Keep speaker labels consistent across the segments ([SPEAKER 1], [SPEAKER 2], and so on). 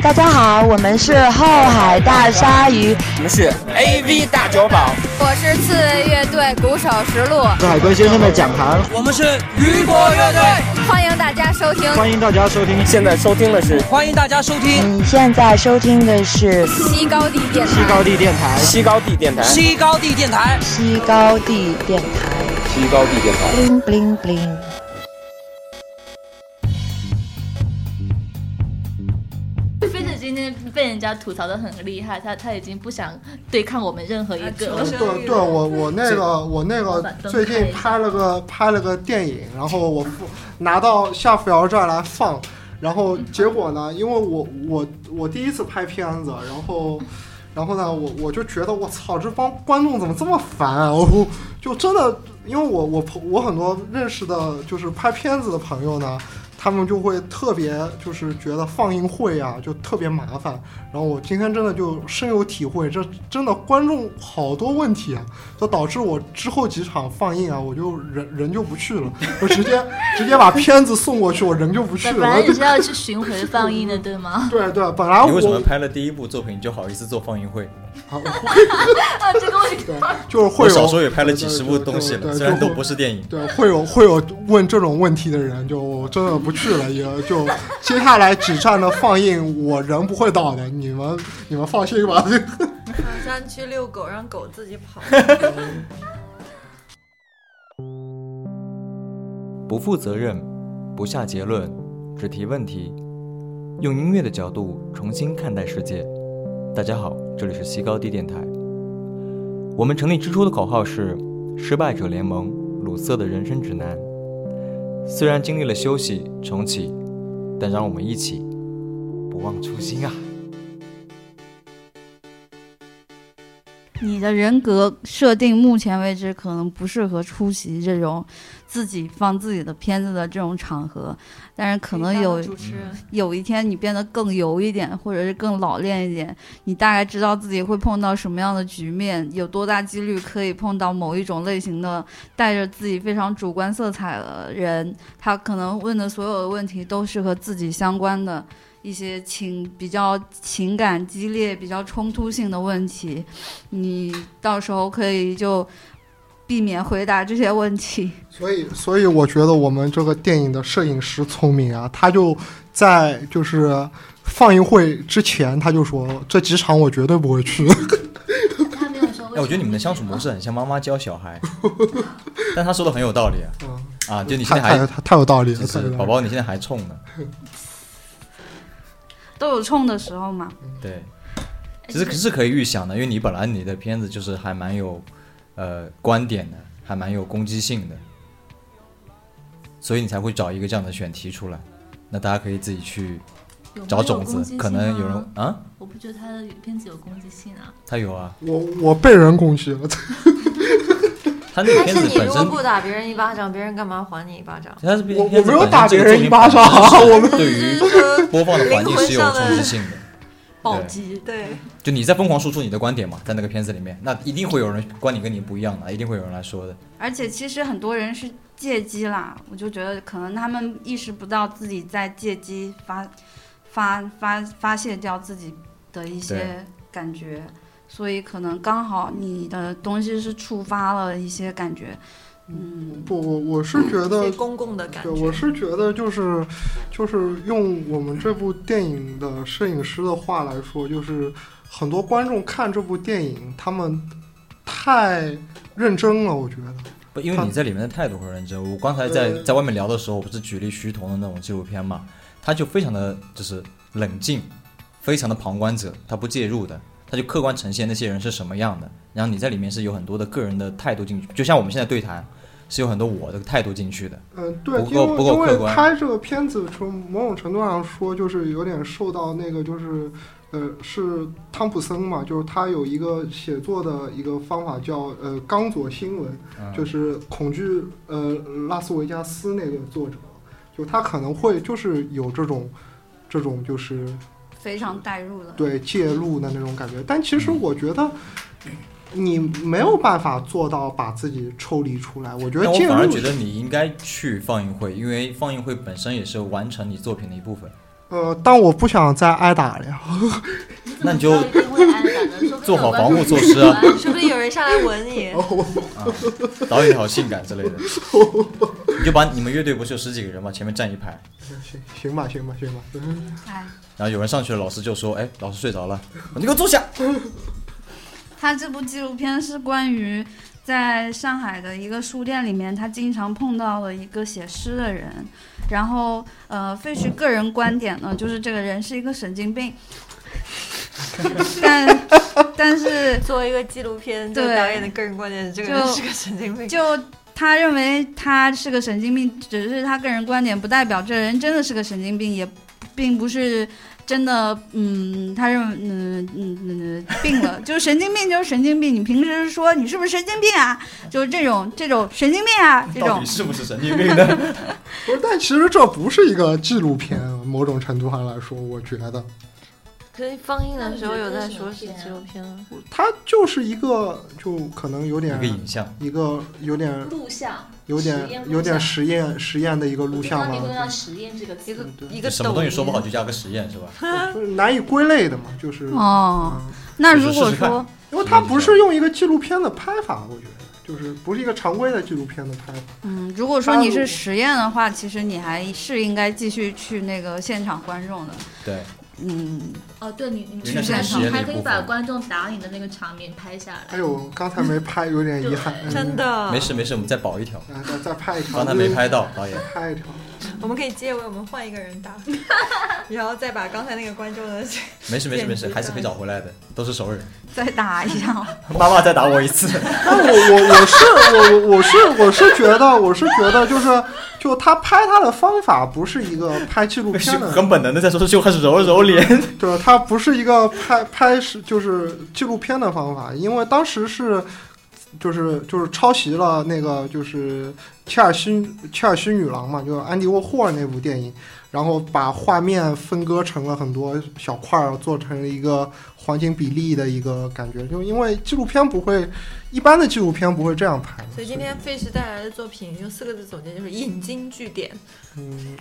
[SPEAKER 1] 大家好，我们是后海大鲨鱼，
[SPEAKER 2] 我们是 AV 大酒保，
[SPEAKER 3] 我是刺猬乐队鼓手石路，
[SPEAKER 4] 是海龟先生的讲坛，
[SPEAKER 5] 我们是雨果乐队，
[SPEAKER 3] 欢迎大家收听，
[SPEAKER 4] 欢迎大家收听，
[SPEAKER 2] 现在收听的是
[SPEAKER 5] 欢迎大家收听
[SPEAKER 1] 你现在收听的是
[SPEAKER 3] 西高地电台，
[SPEAKER 4] 西高地电台，
[SPEAKER 2] 西高地电台，
[SPEAKER 5] 西高地电台。
[SPEAKER 1] 西高地电台
[SPEAKER 2] 西高地电台。
[SPEAKER 1] ，bling bling bling。
[SPEAKER 6] 菲子今天被人家吐槽的很厉害，他他已经不想对抗我们任何一个。
[SPEAKER 7] 对对，我我那个我那个最近拍了个拍了个电影，然后我付拿到下扶摇站来放，然后结果呢，因为我我我第一次拍片子，然后然后呢，我我就觉得我操，这帮观众怎么这么烦啊！ 我就真的，因为我我朋我很多认识的就是拍片子的朋友呢。他们就会特别就是觉得放映会啊就特别麻烦，然后我今天真的就深有体会，这真的观众好多问题啊，就导致我之后几场放映啊，我就人人就不去了，我直接 直接把片子送过去，我人就不去
[SPEAKER 6] 本
[SPEAKER 7] 了。
[SPEAKER 6] 来
[SPEAKER 7] 我
[SPEAKER 6] 你
[SPEAKER 7] 就是
[SPEAKER 6] 要去巡回放映的，对吗？
[SPEAKER 7] 对对，本来
[SPEAKER 8] 你为什么
[SPEAKER 7] 我
[SPEAKER 8] 拍了第一部作品你就好意思做放映会？
[SPEAKER 7] 啊
[SPEAKER 6] 啊，这个问题
[SPEAKER 7] 对就是会
[SPEAKER 8] 我
[SPEAKER 7] 有
[SPEAKER 8] 小时候也拍了几十部东西
[SPEAKER 7] 哦对对
[SPEAKER 8] 了，
[SPEAKER 7] 对
[SPEAKER 8] 虽然
[SPEAKER 7] 就
[SPEAKER 8] 都
[SPEAKER 7] 会
[SPEAKER 8] 不是电影。
[SPEAKER 7] 对，会有会有问这种问题的人，就真的不去了，也就 接下来几站的放映，我人不会到的，你们你们放心吧。
[SPEAKER 9] 好像去遛狗，让狗自己跑。
[SPEAKER 10] 不负责任，不下结论，只提问题，用音乐的角度重新看待世界。大家好，这里是西高地电台。我们成立之初的口号是“失败者联盟”，鲁瑟的人生指南。虽然经历了休息、重启，但让我们一起不忘初心啊！
[SPEAKER 11] 你的人格设定目前为止可能不适合出席这种自己放自己的片子的这种场合，但是可啊能有
[SPEAKER 9] 主 持人，
[SPEAKER 11] 有一天你变得更油一点，或者是更老练一点，你大概知道自己会碰到什么样的局面，有多大几率可以碰到某一种类型的带着自己非常主观色彩的人，他可能问的所有的问题都是和自己相关的。一些情比较情感激烈、比较冲突性的问题，你到时候可以就避免回答这些问题。
[SPEAKER 7] 所以，所以我觉得我们这个电影的摄影师聪明啊，他就在就是放映会之前，他就说这几场我绝对不会去。
[SPEAKER 6] 他没有说。
[SPEAKER 8] 哎，我觉得你们的相处模式很像妈妈教 小孩，但他说的很有道理啊。
[SPEAKER 7] 嗯
[SPEAKER 8] 啊，就你现
[SPEAKER 7] 太
[SPEAKER 8] 在
[SPEAKER 7] 太
[SPEAKER 8] 还
[SPEAKER 7] 太太有道理了，
[SPEAKER 8] 就
[SPEAKER 7] 太有
[SPEAKER 8] 是
[SPEAKER 7] 道
[SPEAKER 8] 宝
[SPEAKER 7] 理了。
[SPEAKER 8] 宝，你现在还冲 呢。
[SPEAKER 11] 都有冲的时候嘛，
[SPEAKER 8] 对，
[SPEAKER 6] 哎
[SPEAKER 8] 其实可是可以预想的，因为你本来你的片子就是还蛮有呃观点的，还蛮有攻击性的，所以你才会找一个这样的选题出来。那大家可以自己去
[SPEAKER 6] 有没
[SPEAKER 8] 找
[SPEAKER 6] 有攻
[SPEAKER 8] 种子，
[SPEAKER 6] 击
[SPEAKER 8] 可
[SPEAKER 6] 性
[SPEAKER 8] 能有
[SPEAKER 6] 啊
[SPEAKER 8] 人啊，
[SPEAKER 6] 我不觉得他的片子有攻击性啊。
[SPEAKER 8] 他有啊，
[SPEAKER 7] 我我被人攻击了，
[SPEAKER 8] 他那个
[SPEAKER 9] 但
[SPEAKER 8] 片
[SPEAKER 9] 是
[SPEAKER 8] 子
[SPEAKER 9] 你
[SPEAKER 8] 本
[SPEAKER 9] 如果
[SPEAKER 8] 身，
[SPEAKER 9] 不打别人一巴掌，别人干嘛还你一巴 掌？
[SPEAKER 8] 他是
[SPEAKER 7] 我
[SPEAKER 8] 片子
[SPEAKER 7] 我没有
[SPEAKER 8] 本身
[SPEAKER 7] 打
[SPEAKER 8] 这个
[SPEAKER 7] 别人
[SPEAKER 8] 作品
[SPEAKER 7] 一巴
[SPEAKER 8] 本身
[SPEAKER 7] 掌啊
[SPEAKER 8] 是
[SPEAKER 7] 我们
[SPEAKER 8] 对于
[SPEAKER 9] 这
[SPEAKER 8] 播放的环
[SPEAKER 9] 灵
[SPEAKER 8] 境
[SPEAKER 9] 魂
[SPEAKER 8] 是有
[SPEAKER 9] 上
[SPEAKER 8] 冲击
[SPEAKER 9] 的
[SPEAKER 8] 性的。
[SPEAKER 6] 暴击，
[SPEAKER 9] 对，
[SPEAKER 8] 就你在疯狂输出你的观点嘛，在那个片子里面，那一定会有人观点跟你不一样的，一定会有人来说的。
[SPEAKER 11] 而且其实很多人是借机啦，我就觉得可能他们意识不到自己在借机发发发发泄掉自己的一些感觉，所以可能刚好你的东西是触发了一些感觉，嗯，
[SPEAKER 7] 不，我我是觉
[SPEAKER 9] 一
[SPEAKER 7] 得
[SPEAKER 9] 些公共的感
[SPEAKER 7] 对，
[SPEAKER 9] 觉。
[SPEAKER 7] 我是觉得就是就是用我们这部电影的摄影师的话来说，就是很多观众看这部电影，他们太认真了，我觉得。
[SPEAKER 8] 不，因为你在里面的态度和认真。我刚才在在外面聊的时候，我不是举例徐桐的那种纪录片嘛，他就非常的就是冷静，非常的旁观者，他不介入的，他就客观呈现那些人是什么样的。然后你在里面是有很多的个人的态度进去，就像我们现在对谈，是有很多我的态度进去的。
[SPEAKER 7] 嗯，对，
[SPEAKER 8] 不
[SPEAKER 7] 因
[SPEAKER 8] 够
[SPEAKER 7] 为
[SPEAKER 8] 不够
[SPEAKER 7] 因
[SPEAKER 8] 客
[SPEAKER 7] 为
[SPEAKER 8] 观
[SPEAKER 7] 拍这个片子，从某种程度上说，就是有点受到那个就是，呃，是汤普森嘛，就是他有一个写作的一个方法叫呃刚左新闻，
[SPEAKER 8] 啊
[SPEAKER 7] 就是恐惧呃拉斯维加斯那个作者，就他可能会就是有这种这种就是
[SPEAKER 11] 非常带入了。
[SPEAKER 7] 对介入的那种感觉。但其
[SPEAKER 8] 嗯
[SPEAKER 7] 实我觉得。你没有办法做到把自己抽离出来，我觉得
[SPEAKER 8] 但我
[SPEAKER 7] 介入
[SPEAKER 8] 反而觉
[SPEAKER 7] 是
[SPEAKER 8] 得你应该去放映会，因为放映会本身也是完成你作品的一部分。
[SPEAKER 7] 呃，但我不想再挨打了呀。
[SPEAKER 8] 那你就做好防护措施啊，
[SPEAKER 9] 说不定有人上来吻 你。
[SPEAKER 8] 导演好性感之类的。你就把你们乐队不是有十几个人嘛，前面站一排，
[SPEAKER 7] 行行吧，行吧，行吧。嗯
[SPEAKER 8] 然后有人上去了，老师就说：“哎，老师睡着了， 你给我坐下。
[SPEAKER 11] 他这部纪录片是关于在上海的一个书店里面，他经常碰到了一个写诗的人。然后，呃，费旭个人观点呢，就是这个人是一个神经病。 但但是
[SPEAKER 9] 作为一个纪录片，就
[SPEAKER 11] 对
[SPEAKER 9] 导演的个人观点，这个人是个神经病。
[SPEAKER 11] 就他认为他是个神经病，只是他个人观点，不代表这个人真的是个神经病，也并不是真的。嗯，他认为嗯嗯嗯嗯病 了，就是神经病就是神经病。你平时说你是不是神经病啊？就是这种这种神经病啊，”这
[SPEAKER 8] 到
[SPEAKER 11] 种
[SPEAKER 8] 底是不是神经病 呢？
[SPEAKER 7] 不是，但其实这不是一个纪录片，某种程度上来说，我觉得
[SPEAKER 9] 可是放映的时候有在说是纪录片啊，
[SPEAKER 7] 它就是一个，就可能有点
[SPEAKER 8] 一个影像，
[SPEAKER 7] 一个有点
[SPEAKER 12] 录像，
[SPEAKER 7] 有
[SPEAKER 12] 实
[SPEAKER 7] 点
[SPEAKER 12] 验录
[SPEAKER 7] 有点
[SPEAKER 12] 像
[SPEAKER 7] 实验实验的一个录像
[SPEAKER 12] 刚刚你会
[SPEAKER 7] 嘛
[SPEAKER 12] 用，实验这个词，一个
[SPEAKER 9] 一
[SPEAKER 8] 什么东西说不好就加个实验 是吧？
[SPEAKER 7] 就是难以归类的嘛，就是
[SPEAKER 11] 哦。那如果
[SPEAKER 8] 试试看
[SPEAKER 11] 说
[SPEAKER 7] 因为它不是用一个纪录片的拍法，我觉得就是不是一个常规的纪录片的拍法。
[SPEAKER 11] 嗯，如果说你是实验的话，其实你还是应该继续去那个现场观众的。
[SPEAKER 8] 对，
[SPEAKER 11] 嗯，
[SPEAKER 6] 哦，对你你
[SPEAKER 8] 应该
[SPEAKER 6] 去
[SPEAKER 8] 是
[SPEAKER 6] 现
[SPEAKER 8] 实
[SPEAKER 6] 场
[SPEAKER 8] 验那
[SPEAKER 6] 还
[SPEAKER 8] 一
[SPEAKER 6] 可以
[SPEAKER 8] 部
[SPEAKER 6] 把
[SPEAKER 8] 分
[SPEAKER 6] 观众打你的那个场面拍下来。
[SPEAKER 7] 哎呦，刚才没拍，有点遗憾。嗯
[SPEAKER 9] 真，的。
[SPEAKER 8] 没事没事，我们再保一条。
[SPEAKER 7] 啊再再拍一条。
[SPEAKER 8] 刚才没拍到，导演
[SPEAKER 7] 再拍一条。
[SPEAKER 9] 我们可以结尾，我们换一个人 打，然后再把刚才那个观众 的
[SPEAKER 8] 没事没事没事，还是可以找回来的，都是 熟人。
[SPEAKER 11] 再打一下。
[SPEAKER 8] 妈妈再打我一次，
[SPEAKER 7] 但我我我是我我我是我是觉得我是觉得就是就他拍他的方法不是一个拍纪录
[SPEAKER 8] 是
[SPEAKER 7] 片的，
[SPEAKER 8] 很本能的在说，就开始揉了 揉脸。
[SPEAKER 7] 对，他不是一个拍拍是就是纪录片的方法，因为当时是就是就是抄袭了那个就是切尔西切尔西女郎嘛，就是安迪沃霍尔那部电影，然后把画面分割成了很多小块儿，做成了一个环形比例的一个感觉，就因为纪录片不会一般的纪录片不会这样拍的，
[SPEAKER 9] 所以今天费时带来的作品用四个字总结就是引经据典。
[SPEAKER 7] 嗯，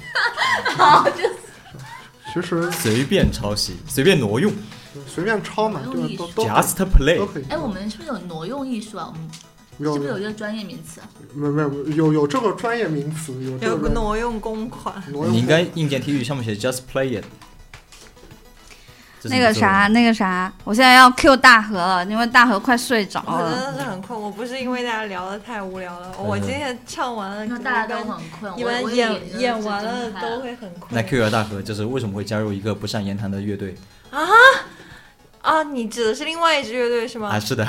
[SPEAKER 7] 其实
[SPEAKER 8] 随便抄袭，随便挪用
[SPEAKER 7] 随便抄嘛，就是都都可以
[SPEAKER 8] ，just play
[SPEAKER 7] 都。可以，
[SPEAKER 6] 哎，我们是不是有挪用艺术啊？我们
[SPEAKER 7] 有
[SPEAKER 9] 哎
[SPEAKER 6] 是不是有一个专业名词啊？
[SPEAKER 7] 没有没有有有这个专业名词，有这
[SPEAKER 9] 有
[SPEAKER 7] 个
[SPEAKER 9] 挪用公款，
[SPEAKER 7] 挪用
[SPEAKER 8] 你应该硬件 T 恤上面写 just play it。这是
[SPEAKER 11] 那个
[SPEAKER 8] 你做的
[SPEAKER 11] 啥，那个啥，我现在要 Q 大河了，因为大河快睡着
[SPEAKER 9] 我真
[SPEAKER 11] 了。
[SPEAKER 9] 的是很困。我不是因为大家聊的太无聊了，我
[SPEAKER 8] 嗯
[SPEAKER 9] 今天唱完了，
[SPEAKER 6] 那大家都很困，
[SPEAKER 9] 你
[SPEAKER 6] 我我
[SPEAKER 9] 们
[SPEAKER 6] 也
[SPEAKER 9] 演演完了都会很困。
[SPEAKER 8] 那 Q 幺大河就是为什么会加入一个不善言谈的乐队
[SPEAKER 9] 啊，你指的是另外一支乐队是吗？
[SPEAKER 8] 啊？是的，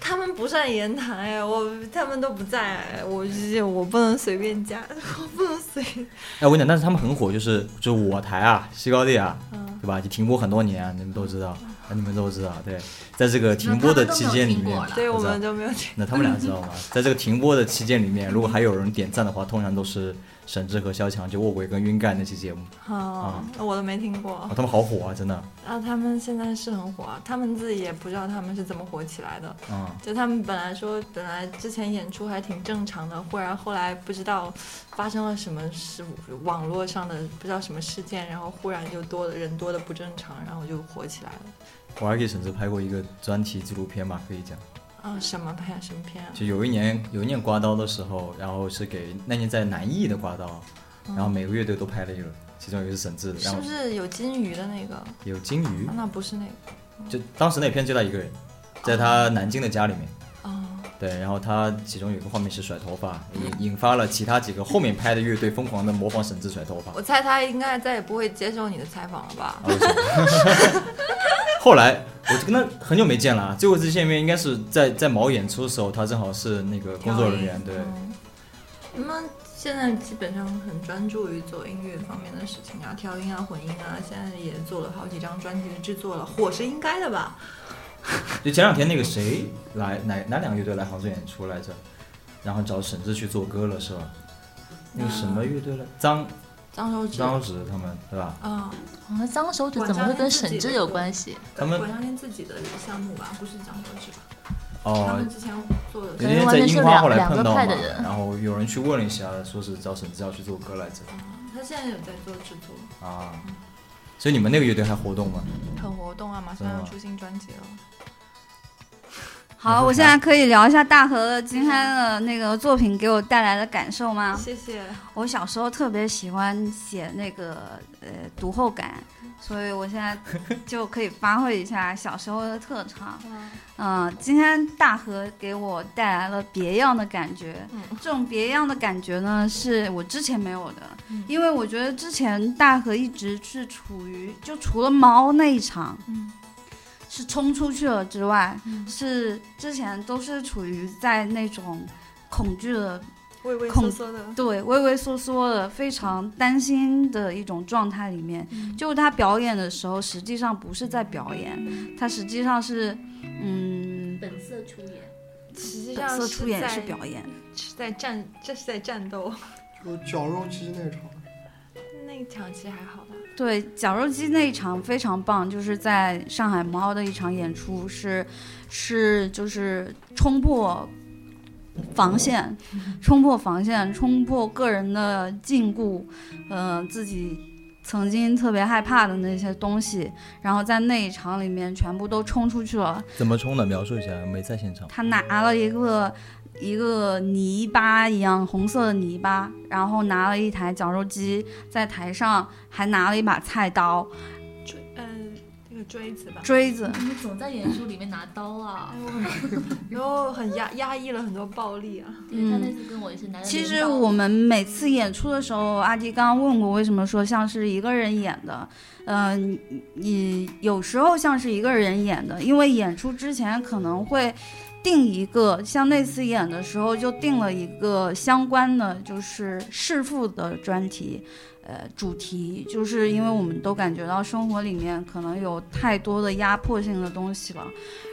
[SPEAKER 9] 他们不善言谈哎，我他们都不在哎，我就是我不能随便加， 我不能随。
[SPEAKER 6] 啊
[SPEAKER 8] 哎，我跟你讲，但是他们很火，就是就是我台啊，西高地啊，
[SPEAKER 9] 嗯
[SPEAKER 8] 对吧？就停播很多年啊，你们都知道，啊，你们都知道，对，在这个停播的期间里面
[SPEAKER 6] 那他们都没有听过了，
[SPEAKER 9] 对我
[SPEAKER 8] 不知道
[SPEAKER 9] 们就没有听。
[SPEAKER 8] 那他们俩知 道吗？在这个停播的期间里面，如果还有人点赞的话，通常都是沈志和肖强就卧轨跟晕盖那期节目
[SPEAKER 9] 啊，我都没听过
[SPEAKER 8] 啊，他们好火啊，真的
[SPEAKER 9] 啊！他们现在是很火啊，他们自己也不知道他们是怎么火起来的。
[SPEAKER 8] 啊，
[SPEAKER 9] 就他们本来说，本来之前演出还挺正常的，忽然后来不知道发生了什么事，网络上的不知道什么事件，然后忽然就多了人多的不正常，然后就火起来了。
[SPEAKER 8] 我还给沈志拍过一个专题纪录片嘛，可以讲。
[SPEAKER 9] 啊，什么拍什么片啊？
[SPEAKER 8] 就有一年有一年刮刀的时候，然后是给那年在南艺的刮刀，然后每个乐队都拍了一轮，其中有一个是沈志的，然
[SPEAKER 9] 嗯是
[SPEAKER 8] 后
[SPEAKER 9] 不是有金鱼的那个？
[SPEAKER 8] 有金鱼
[SPEAKER 9] 啊，那不是那个
[SPEAKER 8] 就当时那片就他一个人，在他南京的家里面，
[SPEAKER 9] 哦，
[SPEAKER 8] 对，然后他其中有一个画面是甩头发，引引发了其他几个后面拍的乐队疯狂的模仿沈志甩头发
[SPEAKER 9] 我，猜他应该再也不会接受你的采访了吧？
[SPEAKER 8] 啊为什么 后来我就跟他很久没见了啊，最后一次见面应该是在在毛演出的时候，他正好是那个工作人员，对，
[SPEAKER 9] 嗯你们现在基本上很专注于做音乐方面的事情啊，调音啊、混音啊，现在也做了好几张专辑的制作了，火是应该的吧？
[SPEAKER 8] 就前两天那个谁来哪哪两个乐队来杭州演出来着，然后找沈志去做歌了是吧？那个什么
[SPEAKER 9] 嗯
[SPEAKER 8] 乐队来？张
[SPEAKER 9] 张手指，
[SPEAKER 8] 张直他们对吧？
[SPEAKER 9] 啊，
[SPEAKER 6] 我们脏手指怎么会跟沈志有关系？
[SPEAKER 8] 他们
[SPEAKER 9] 管张天自己的项目吧，不是张手指吧？他
[SPEAKER 8] 哦
[SPEAKER 9] 们，之前做的
[SPEAKER 8] 有
[SPEAKER 9] 是
[SPEAKER 8] 一天在樱花后来
[SPEAKER 6] 感觉完全是两两
[SPEAKER 8] 碰到
[SPEAKER 6] 个
[SPEAKER 8] 嘛
[SPEAKER 6] 派的，人
[SPEAKER 8] 然后有人去问了一下，说是找沈志要去做歌来着。
[SPEAKER 9] 嗯他现在有在做制作，
[SPEAKER 8] 啊。所以你们那个乐队还活动吗？
[SPEAKER 9] 很活动啊，马上要出新专辑了。
[SPEAKER 11] 好，我现在可以聊一下大河的今天的那个作品给我带来的感受吗？
[SPEAKER 9] 谢谢。
[SPEAKER 11] 我小时候特别喜欢写那个呃读后感，所以我现在就可以发挥一下小时候的特长。嗯、今天大河给我带来了别样的感觉。
[SPEAKER 9] 嗯
[SPEAKER 11] 这种别样的感觉呢，是我之前没有的，
[SPEAKER 9] 嗯
[SPEAKER 11] 因为我觉得之前大河一直是处于就除了猫那一场，
[SPEAKER 9] 嗯
[SPEAKER 11] 是冲出去了之外，是之前都是处于在那种恐惧的
[SPEAKER 9] 畏畏
[SPEAKER 11] 恐
[SPEAKER 9] 缩缩的，
[SPEAKER 11] 对，畏畏缩缩的，非常担心的一种状态里面。
[SPEAKER 9] 嗯
[SPEAKER 11] 就他表演的时候，实际上不是在表演，他实际上是，嗯，
[SPEAKER 6] 本色出演，
[SPEAKER 9] 实际
[SPEAKER 11] 本
[SPEAKER 9] 上
[SPEAKER 11] 色
[SPEAKER 9] 是
[SPEAKER 11] 出演
[SPEAKER 9] 在
[SPEAKER 11] 是表演。
[SPEAKER 9] 是在战，这是在战斗。
[SPEAKER 7] 就绞肉机那场，
[SPEAKER 9] 那一场其实还好吧。
[SPEAKER 11] 对，绞肉机那一场非常棒，就是在上海猫的一场演出是，是就是冲破防线，冲破防线，冲破个人的禁锢，呃，自己曾经特别害怕的那些东西，然后在那一场里面全部都冲出去了。
[SPEAKER 8] 怎么冲的？描述一下，没在现场。
[SPEAKER 11] 他拿了一个一个泥巴一样红色的泥巴，然后拿了一台绞肉机在台上，还拿了一把菜刀。
[SPEAKER 9] 嗯，那个锥子 吧，
[SPEAKER 11] 锥子
[SPEAKER 6] 你总在演出里面拿刀啊！
[SPEAKER 9] 然后很压压抑了很多暴力啊。
[SPEAKER 11] 嗯
[SPEAKER 6] 他那次跟我也是拿着镰刀。
[SPEAKER 11] 其实我们每次演出的时候，阿迪刚刚问过为什么说像是一个人演的，嗯、你有时候像是一个人演的，因为演出之前可能会定一个，像那次演的时候就定了一个相关的就是弑父的专题。呃，主题就是因为我们都感觉到生活里面可能有太多的压迫性的东西了，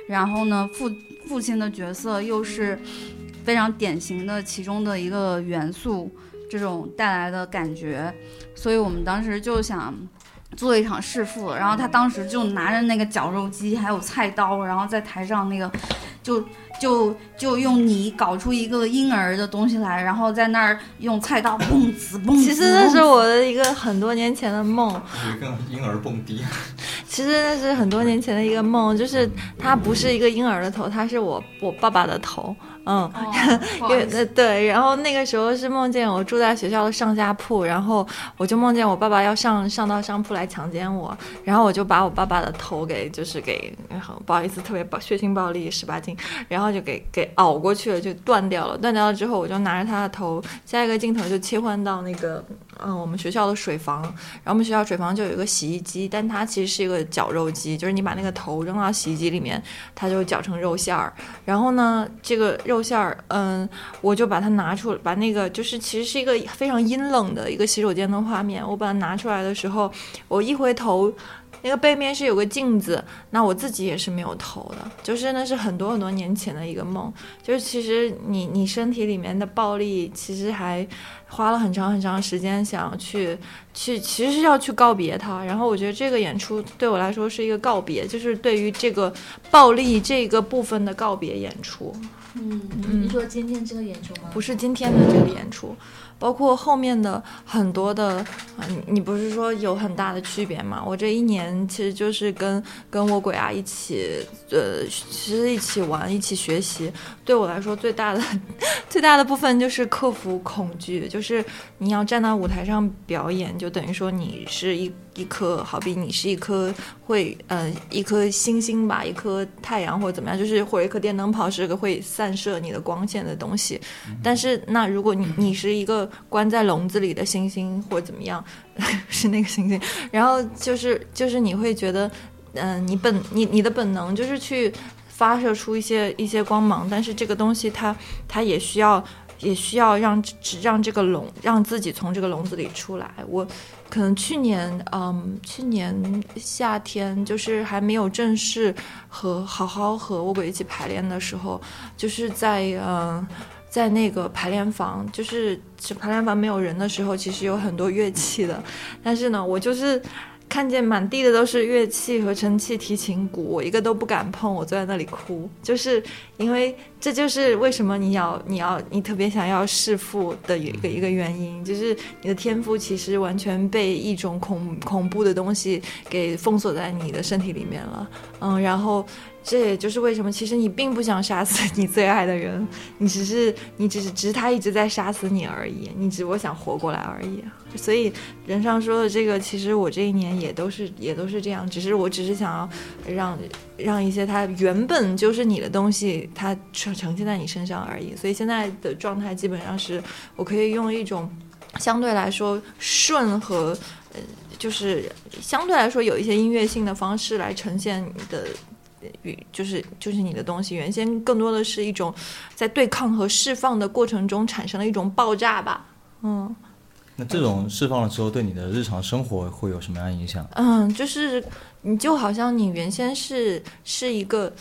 [SPEAKER 11] 然后呢，父父亲的角色又是非常典型的其中的一个元素，这种带来的感觉，所以我们当时就想做一场弑父，然后他当时就拿着那个绞肉机还有菜刀，然后在台上那个就就就用泥搞出一个婴儿的东西来，然后在那儿用菜刀蹦子蹦
[SPEAKER 9] 其实那是我的一个很多年前的梦，
[SPEAKER 8] 有一个婴儿蹦迪，
[SPEAKER 9] 其实那是很多年前的一个梦，就是它不是一个婴儿的头，它是我我爸爸的头，嗯，
[SPEAKER 6] 哦
[SPEAKER 9] 因 为呃对，然后那个时候是梦见我住在学校的上下铺，然后我就梦见我爸爸要上上到上铺来强奸我，然后我就把我爸爸的头给就是给，然后不好意思，特别暴血腥暴力十八禁，然后就给给熬过去了，就断掉了，断掉了之后我就拿着他的头，下一个镜头就切换到那个嗯我们学校的水房，然后我们学校水房就有一个洗衣机，但它其实是一个绞肉机，就是你把那个头扔到洗衣机里面，它就绞成肉馅儿。然后呢，这个肉馅儿，嗯，我就把它拿出，把那个就是其实是一个非常阴冷的一个洗手间的画面。我把它拿出来的时候，我一回头。那个背面是有个镜子，那我自己也是没有头的，就是那是很多很多年前的一个梦，就是其实你你身体里面的暴力其实还花了很长很长时间想要去去，其实是要去告别它。然后我觉得这个演出对我来说是一个告别，就是对于这个暴力这个部分的告别演出，
[SPEAKER 6] 嗯，
[SPEAKER 9] 嗯
[SPEAKER 6] 你说今天这个演出吗？
[SPEAKER 9] 不是今天的这个演出，包括后面的很多的，啊，你你不是说有很大的区别吗？我这一年其实就是跟跟我鬼啊一起，呃，其实一起玩，一起学习。对我来说，最大的 最大的部分就是克服恐惧，就是你要站到舞台上表演，就等于说你是一一颗，好比你是一颗会，呃，一颗星星吧，一颗太阳或者怎么样，就是或者一颗电灯泡是个会散射你的光线的东西。但是那如果你你是一个关在笼子里的星星或怎么样， 是那个星星，然后就是就是你会觉得，嗯、你本你你的本能就是去发射出一些一些光芒，但是这个东西它它也需要。也需要让只让这个笼让自己从这个笼子里出来。我可能去年，嗯，去年夏天就是还没有正式和好好和卧轨一起排练的时候，就是在嗯在那个排练房，就是就排练房没有人的时候，其实有很多乐器的，但是呢，我就是看见满地的都是乐器、合成器、提琴、鼓，我一个都不敢碰，我坐在那里哭，就是因为这就是为什么你要你要你特别想要弑父的一个一个原因，就是你的天赋其实完全被一种恐恐怖的东西给封锁在你的身体里面了。嗯，然后这也就是为什么其实你并不想杀死你最爱的人，你只是你只是只是他一直在杀死你而已，你只不过想活过来而已。所以人上说的这个，其实我这一年也都是也都是这样，只是我只是想要让让一些它原本就是你的东西，它呈呈现在你身上而已。所以现在的状态基本上是我可以用一种相对来说顺和呃，就是相对来说有一些音乐性的方式来呈现你的呃与就是就是你的东西，原先更多的是一种在对抗和释放的过程中产生了一种爆炸吧，嗯
[SPEAKER 8] 那这种释放了之后，对你的日常生活会有什么样的影响？
[SPEAKER 9] 嗯，就是你就好像你原先是是一个，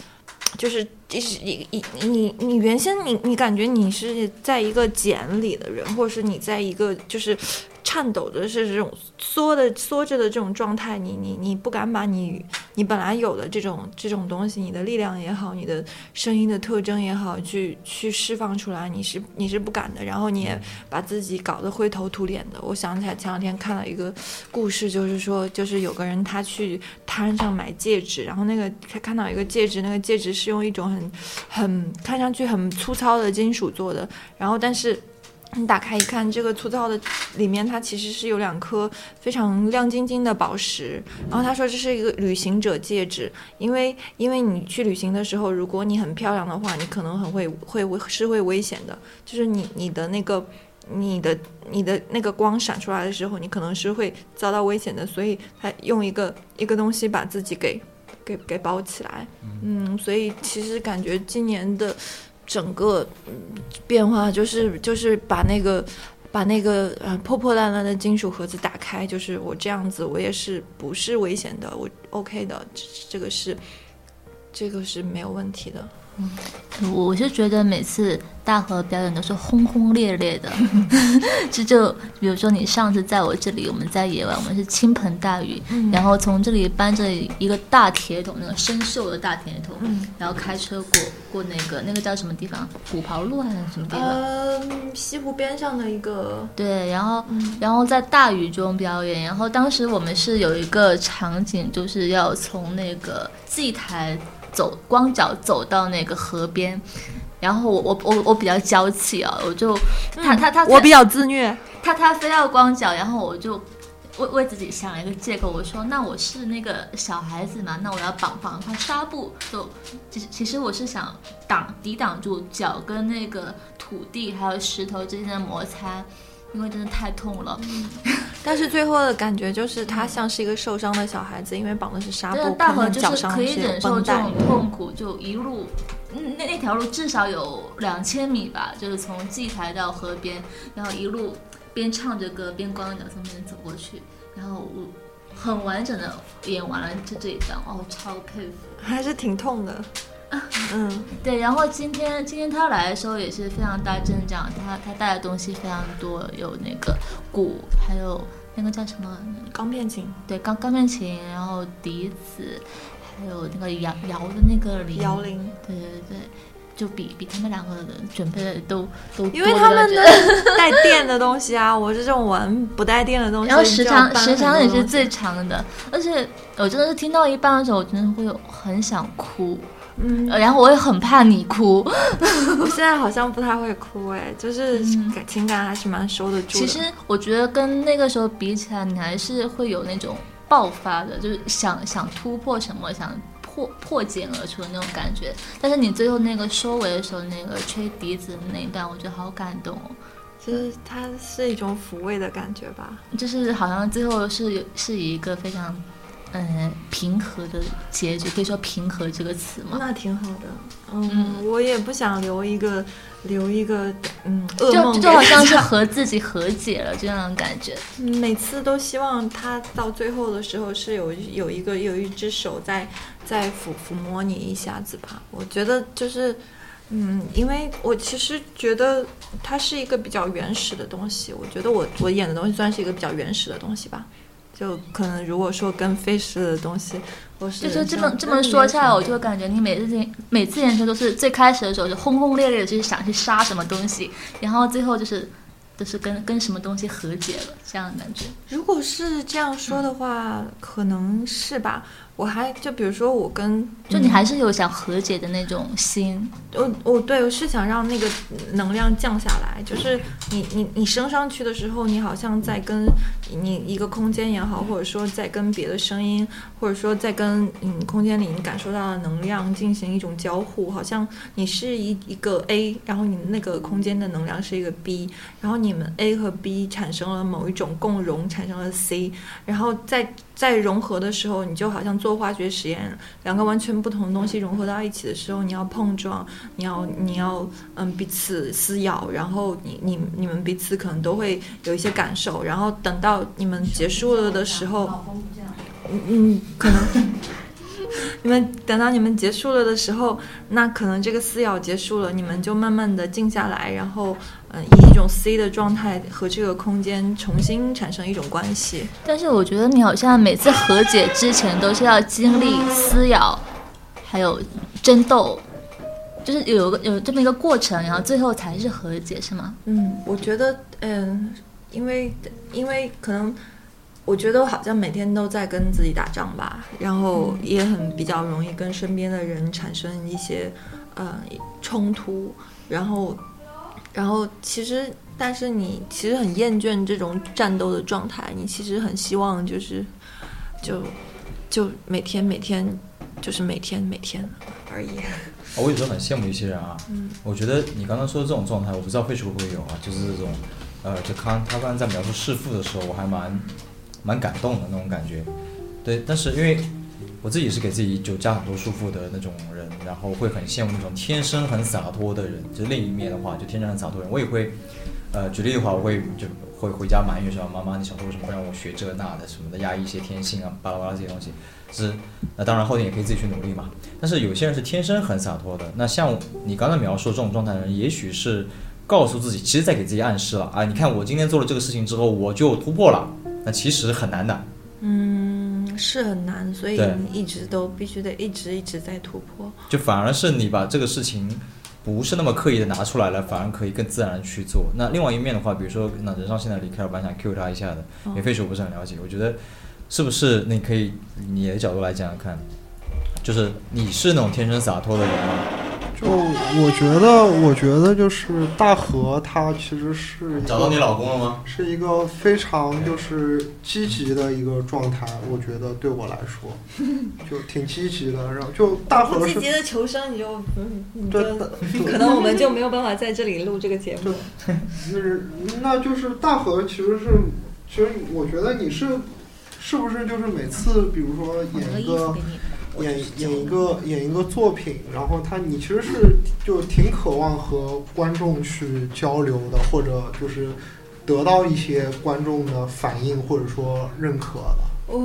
[SPEAKER 9] 就是就是你你你你原先你你感觉你是在一个茧里的人，或者是你在一个就是颤抖的是这种缩的缩着的这种状态，你你你不敢把你你本来有的这种这种东西，你的力量也好，你的声音的特征也好，去去释放出来，你是你是不敢的，然后你也把自己搞得灰头土脸的。我想起来前两天看了一个故事，就是说，就是有个人他去摊上买戒指，然后那个他看到一个戒指，那个戒指是用一种很很看上去很粗糙的金属做的，然后但是。你嗯打开一看，这个粗糙的里面它其实是有两颗非常亮晶晶的宝石。然后他说这是一个旅行者戒指，因为因为你去旅行的时候，如果你很漂亮的话，你可能很会会会是会危险的，就是你你的那个你的你的那个光闪出来的时候，你可能是会遭到危险的，所以他用一个一个东西把自己给给给包起来。嗯，所以其实感觉今年的整个嗯变化就是就是把那个把那个呃破破烂烂的金属盒子打开，就是我这样子，我也是不是危险的，我 OK 的，这这个是这个是没有问题的。
[SPEAKER 6] 我我是觉得每次大河表演都是轰轰烈烈 的，这就比如说你上次在我这里，我们在野外，我们是倾盆大雨，
[SPEAKER 9] 嗯
[SPEAKER 6] 然后从这里搬着一个大铁桶，那个生锈的大铁桶，
[SPEAKER 9] 嗯
[SPEAKER 6] 然后开车过过那个那个叫什么地方，虎跑路还是什么地方？
[SPEAKER 9] 嗯，西湖边上的一个
[SPEAKER 6] 对，然后、然后在大雨中表演，然后当时我们是有一个场景，就是要从那个祭台走，光脚走到那个河边。然后我我我我比较娇气啊，我就他他他
[SPEAKER 9] 我比较自虐，
[SPEAKER 6] 他他非要光脚，然后我就为为自己想了一个借口，我说那我是那个小孩子嘛，那我要绑绑一块纱布，就其实其实我是想挡抵挡住脚跟那个土地还有石头之间的摩擦，因为真的太痛了。
[SPEAKER 9] 但是最后的感觉就是他像是一个受伤的小孩子，因为绑的是纱
[SPEAKER 6] 真的
[SPEAKER 9] 布，
[SPEAKER 6] 大
[SPEAKER 9] 啊可
[SPEAKER 6] 伙
[SPEAKER 9] 能脚
[SPEAKER 6] 就是
[SPEAKER 9] 上
[SPEAKER 6] 可以
[SPEAKER 9] 有
[SPEAKER 6] 忍受
[SPEAKER 9] 绷
[SPEAKER 6] 这
[SPEAKER 9] 带
[SPEAKER 6] 种。痛苦，就一路嗯那那条路至少有两千米吧，就是从祭台到河边，然后一路边唱着歌边光着脚从那边走过去，然后我很完整的演完了这这一段，哦，超佩服。
[SPEAKER 9] 还是挺痛的。
[SPEAKER 6] 啊
[SPEAKER 9] 嗯，
[SPEAKER 6] 对，然后今天今天他来的时候也是非常大阵仗，他他带的东西非常多，有那个鼓，还有那个叫什么
[SPEAKER 9] 钢片琴，
[SPEAKER 6] 对，钢钢片琴，然后笛子，还有那个摇摇的那个铃，
[SPEAKER 9] 摇铃，
[SPEAKER 6] 对对对，就比比他们两个人准备的都都
[SPEAKER 9] 因为
[SPEAKER 6] 多
[SPEAKER 9] 他
[SPEAKER 6] 得
[SPEAKER 9] 们
[SPEAKER 6] 觉
[SPEAKER 9] 的
[SPEAKER 6] 得
[SPEAKER 9] 带电的东西啊， 我是这种玩不带电的东西，
[SPEAKER 6] 然后时
[SPEAKER 9] 你就要
[SPEAKER 6] 长
[SPEAKER 9] 搬
[SPEAKER 6] 时
[SPEAKER 9] 很
[SPEAKER 6] 长
[SPEAKER 9] 多
[SPEAKER 6] 也是
[SPEAKER 9] 东西
[SPEAKER 6] 最长的，而且我真的是听到一半的时候，我真的会有很想哭，
[SPEAKER 9] 嗯
[SPEAKER 6] 呃，然后我也很怕你哭。
[SPEAKER 9] 我现在好像不太会哭哎，就是感情感还是蛮收得住的。
[SPEAKER 6] 嗯其实我觉得跟那个时候比起来，你还是会有那种爆发的，就是想想突破什么，想破破茧而出的那种感觉。但是你最后那个收尾的时候，那个吹笛子的那一段，我觉得好感动哦。
[SPEAKER 9] 就是它是一种抚慰的感觉吧。
[SPEAKER 6] 就是好像最后是是以一个非常嗯平和的结局，可以说平和这个词吗？
[SPEAKER 9] 那挺好的，嗯，我也不想留一个留一个嗯噩
[SPEAKER 6] 就
[SPEAKER 9] 梦给
[SPEAKER 6] 就好像是
[SPEAKER 9] 大家
[SPEAKER 6] 和自己和解了这样的感觉。
[SPEAKER 9] 嗯每次都希望他到最后的时候是有有一个有一只手在在抚抚摸你一下子吧。我觉得就是，嗯，因为我其实觉得它是一个比较原始的东西。我觉得我我演的东西算是一个比较原始的东西吧。就可能如果说跟非实的东西，或是
[SPEAKER 6] 就就这么
[SPEAKER 9] 像
[SPEAKER 6] 这么说下来，我
[SPEAKER 9] 嗯
[SPEAKER 6] 就感觉你每次每次演出都是最开始的时候就轰轰烈烈的去想去杀什么东西，然后最后就是就是跟跟什么东西和解了，这样的感觉。
[SPEAKER 9] 如果是这样说的话，可能是吧。我还就比如说我跟
[SPEAKER 6] 就你还是有想和解的那种心，
[SPEAKER 9] 我我哦对我是想让那个能量降下来，就是你你你升上去的时候，你好像在跟你一个空间也好，或者说在跟别的声音，或者说在跟嗯空间里你感受到的能量进行一种交互，好像你是一一个 A，然后你那个空间的能量是一个 B，然后你们 A 和 B 产生了某一种共融，产生了 C，然后在在融合的时候，你就好像做化学实验，两个完全不同的东西融合到一起的时候，你要碰撞，你要你要嗯彼此撕咬，然后你你你们彼此可能都会有一些感受，然后等到你们结束了的时候，嗯嗯，可能你们等到你们结束了的时候，那可能这个撕咬结束了，你们就慢慢的静下来，然后嗯、呃以一种 C 的状态和这个空间重新产生一种关系。
[SPEAKER 6] 但是我觉得你好像每次和解之前都是要经历撕咬，还有争斗，就是有个有这么一个过程，然后最后才是和解，是吗？
[SPEAKER 9] 嗯，我觉得，嗯，因为因为可能，我觉得我好像每天都在跟自己打仗吧，然后也很比较容易跟身边的人产生一些呃冲突，然后然后其实但是你其实很厌倦这种战斗的状态，你其实很希望就是就就每天每天就是每天每天而已。
[SPEAKER 8] 啊我有时候很羡慕一些人啊，
[SPEAKER 9] 嗯
[SPEAKER 8] 我觉得你刚刚说的这种状态，我不知道 Fish 会不会有啊，就是这种，呃，就康他刚才在描述弑父的时候，我还蛮蛮感动的那种感觉，对，但是因为我自己是给自己就加很多束缚的那种人，然后会很羡慕那种天生很洒脱的人，就另一面的话，就天生很洒脱的人，我也会，呃，举例的话，我会就会回家埋怨说妈妈，你小时候为什么会让我学这那的什么的，压抑一些天性啊，巴拉巴拉这些东西，是，那当然后天也可以自己去努力嘛。但是有些人是天生很洒脱的，那像你刚才描述这种状态的人，也许是告诉自己，其实在给自己暗示了啊，你看我今天做了这个事情之后，我就突破了。那其实很难的，
[SPEAKER 9] 嗯，是很难，所以
[SPEAKER 8] 对
[SPEAKER 9] 你一直都必须得一直一直在突破。
[SPEAKER 8] 就反而是你把这个事情不是那么刻意的拿出来了，反而可以更自然地去做。那另外一面的话，比如说那人上现在离开了，我本来想 cue 他一下的，
[SPEAKER 9] 嗯
[SPEAKER 8] 免费是我不是很了解，我觉得是不是你可以你的角度来讲讲看，就是你是那种天生洒脱的人吗？
[SPEAKER 7] 就我觉得，我觉得就是大河，他其实是一个
[SPEAKER 8] 找到你老公了吗？
[SPEAKER 7] 是一个非常就是积极的一个状态，我觉得对我来说就挺积极的。然后就大
[SPEAKER 9] 不
[SPEAKER 7] 河
[SPEAKER 9] 积
[SPEAKER 7] 是
[SPEAKER 9] 极的求生，你就嗯你就
[SPEAKER 7] 对
[SPEAKER 9] 可能我们就没有办法在这里录这个节目。
[SPEAKER 7] 就是，那就是大河其实是，其实我觉得你是，是不是就是每次比如说演一个演演一个演一个作品，然后他你其实是就挺渴望和观众去交流的，或者就是得到一些观众的反应或者说认可的，
[SPEAKER 9] 我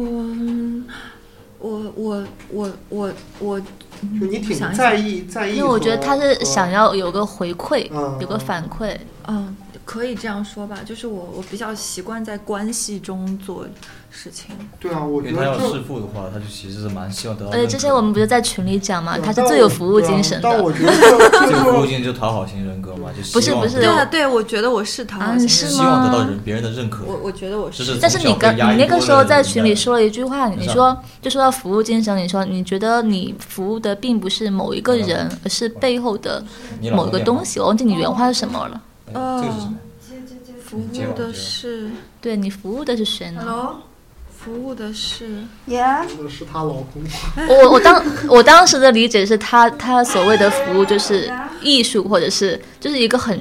[SPEAKER 9] 我我我我我，嗯
[SPEAKER 7] 就你
[SPEAKER 9] 我
[SPEAKER 7] 挺
[SPEAKER 9] 想一
[SPEAKER 7] 在
[SPEAKER 9] 想
[SPEAKER 7] 意在意和。
[SPEAKER 6] 因为我觉得他是
[SPEAKER 7] 和
[SPEAKER 6] 想要有个回馈，
[SPEAKER 7] 嗯
[SPEAKER 6] 有个反馈。
[SPEAKER 9] 嗯，可以这样说吧，就是我我比较习惯在关系中做事情。
[SPEAKER 7] 对啊，我
[SPEAKER 8] 因
[SPEAKER 7] 觉
[SPEAKER 8] 为
[SPEAKER 7] 得
[SPEAKER 8] 他要
[SPEAKER 7] 就
[SPEAKER 8] 弑父的话，他就其实是蛮希望得到认可
[SPEAKER 6] 而且呃
[SPEAKER 8] 的。
[SPEAKER 6] 之前我们不是在群里讲嘛，
[SPEAKER 7] 对啊
[SPEAKER 6] 他是
[SPEAKER 7] 但
[SPEAKER 6] 最
[SPEAKER 7] 我
[SPEAKER 6] 有服务
[SPEAKER 7] 对啊
[SPEAKER 6] 精神
[SPEAKER 7] 但
[SPEAKER 6] 的。
[SPEAKER 7] 我觉得就
[SPEAKER 8] 这
[SPEAKER 7] 就
[SPEAKER 8] 个
[SPEAKER 7] 是
[SPEAKER 8] 附近就讨好型人格嘛，就希望
[SPEAKER 6] 不是
[SPEAKER 9] 对
[SPEAKER 6] 对
[SPEAKER 9] 啊，
[SPEAKER 6] 我
[SPEAKER 9] 对，我觉得我是讨好
[SPEAKER 6] 啊
[SPEAKER 7] 嗯
[SPEAKER 9] 型
[SPEAKER 6] 是
[SPEAKER 9] 人，
[SPEAKER 8] 希望得到人别人的认可。
[SPEAKER 9] 我我觉得我
[SPEAKER 8] 这
[SPEAKER 9] 是。
[SPEAKER 8] 是
[SPEAKER 6] 但是你
[SPEAKER 8] 从小
[SPEAKER 6] 跟
[SPEAKER 8] 被压抑
[SPEAKER 6] 你那个
[SPEAKER 8] 多
[SPEAKER 6] 时候
[SPEAKER 8] 的
[SPEAKER 6] 在
[SPEAKER 8] 人
[SPEAKER 6] 群里说了一句话，你
[SPEAKER 8] 是啊
[SPEAKER 6] 说就说到服务精神，你说你觉得你服务的并不是某一个人，而是背后的
[SPEAKER 8] 你老
[SPEAKER 6] 某
[SPEAKER 8] 公
[SPEAKER 6] 个
[SPEAKER 8] 电
[SPEAKER 6] 东
[SPEAKER 8] 话
[SPEAKER 6] 西。我忘记你原话是什么了。
[SPEAKER 8] 哎这个是什么？
[SPEAKER 9] 服务的是
[SPEAKER 6] 对你服务的是谁呢？
[SPEAKER 3] Hello，
[SPEAKER 9] 服务的是
[SPEAKER 7] 是她老公。
[SPEAKER 6] 我我当我当时的理解是他他所谓的服务就是艺术或者是就是一个很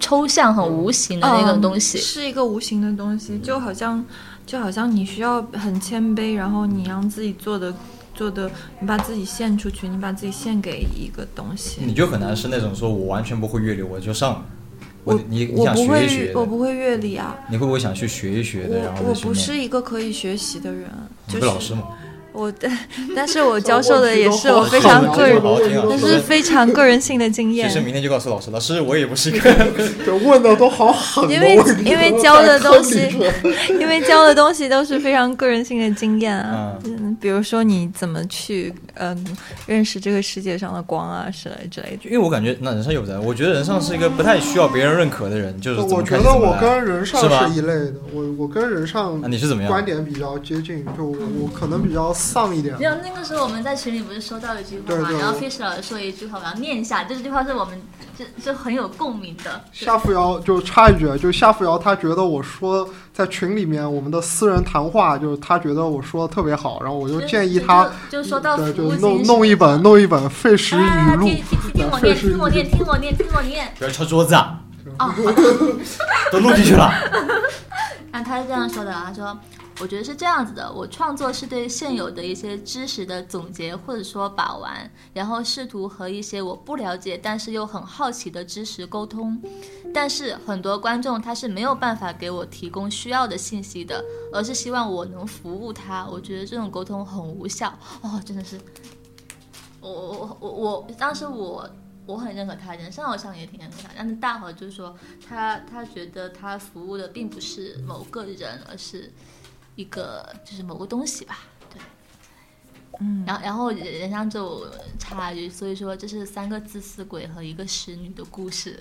[SPEAKER 6] 抽象很无形的那
[SPEAKER 9] 嗯
[SPEAKER 6] 种东西。
[SPEAKER 9] 是一个无形的东西，就好像就好像你需要很谦卑，然后你让自己做的做的，你把自己献出去，你把自己献给一个东西。
[SPEAKER 8] 你就很难是那种说我完全不会乐理，我就上，你你
[SPEAKER 9] 我
[SPEAKER 8] 想
[SPEAKER 9] 不
[SPEAKER 8] 学
[SPEAKER 9] 会
[SPEAKER 8] 一学
[SPEAKER 9] 我
[SPEAKER 8] 的，
[SPEAKER 9] 不会乐理啊，
[SPEAKER 8] 你会不会想去学一学的？然
[SPEAKER 9] 我
[SPEAKER 8] 后
[SPEAKER 9] 我
[SPEAKER 8] 再去
[SPEAKER 9] 不
[SPEAKER 8] 弄
[SPEAKER 9] 是一个可以学习的人，
[SPEAKER 8] 你
[SPEAKER 9] 就
[SPEAKER 8] 不
[SPEAKER 9] 是
[SPEAKER 8] 是老师吗？
[SPEAKER 9] 我但但是我教授的也是我非常个人
[SPEAKER 8] 好好听啊，
[SPEAKER 9] 但是非常个人性的经
[SPEAKER 8] 学
[SPEAKER 9] 验。
[SPEAKER 8] 生明天就告诉老师，老师我也不是一个。
[SPEAKER 7] 就问的都好狠哦，
[SPEAKER 9] 因为
[SPEAKER 7] 我跟你
[SPEAKER 9] 因为
[SPEAKER 7] 说
[SPEAKER 9] 教的
[SPEAKER 7] 在
[SPEAKER 9] 东
[SPEAKER 7] 坑
[SPEAKER 9] 西
[SPEAKER 7] 里出来，
[SPEAKER 9] 因为教的东西都是非常个人性的经验啊，嗯，比如说你怎么去嗯认识这个世界上的光啊之类之类的。
[SPEAKER 8] 因为我感觉那人上有人，我觉得人上是一个不太需要别人认可的人，就是怎
[SPEAKER 7] 我
[SPEAKER 8] 么
[SPEAKER 7] 觉
[SPEAKER 8] 看
[SPEAKER 7] 得
[SPEAKER 8] 怎么
[SPEAKER 7] 我
[SPEAKER 8] 来
[SPEAKER 7] 跟人上
[SPEAKER 8] 是吧
[SPEAKER 7] 是一类的，我我跟人上
[SPEAKER 8] 啊你是怎么样
[SPEAKER 7] 观点比较接近，就我我可能比较丧一点。
[SPEAKER 6] 没有，那个时候我们在群里不是收到一句话
[SPEAKER 7] 对
[SPEAKER 6] 嘛，
[SPEAKER 7] 对
[SPEAKER 6] 然后 Fish 老师说一句话，我要念一下，这句话是我们就就很有共鸣的。
[SPEAKER 7] 夏扶摇就插一句，啊就夏扶摇他觉得我说在群里面我们的私人谈话，就是他觉得我说的特别好，然后我就建议他，
[SPEAKER 6] 就就就说到
[SPEAKER 7] 对，
[SPEAKER 6] 服务
[SPEAKER 7] 就
[SPEAKER 6] 精
[SPEAKER 7] 弄
[SPEAKER 6] 神
[SPEAKER 7] 弄一本弄一本费时
[SPEAKER 6] 啊，
[SPEAKER 7] 语录
[SPEAKER 6] 听， 听听我
[SPEAKER 7] 费
[SPEAKER 6] 念，
[SPEAKER 7] 时
[SPEAKER 6] 听我
[SPEAKER 7] 语
[SPEAKER 6] 念，听我念，听我念。
[SPEAKER 8] 不要敲桌子啊，
[SPEAKER 6] 哦，好
[SPEAKER 8] 都录进去了。
[SPEAKER 6] 那他是这样说的啊，他说：“我觉得是这样子的，我创作是对现有的一些知识的总结或者说把玩，然后试图和一些我不了解但是又很好奇的知识沟通。但是很多观众他是没有办法给我提供需要的信息的，而是希望我能服务他。我觉得这种沟通很无效。哦，真的是，我我我我我当时我。”我很认可他，人上好像也挺认可他，但是大伙就是说他他觉得他服务的并不是某个人，而是一个就是某个东西吧，对。嗯，然后然后人上就插一句，所以说这是三个自私鬼和一个使女的故事。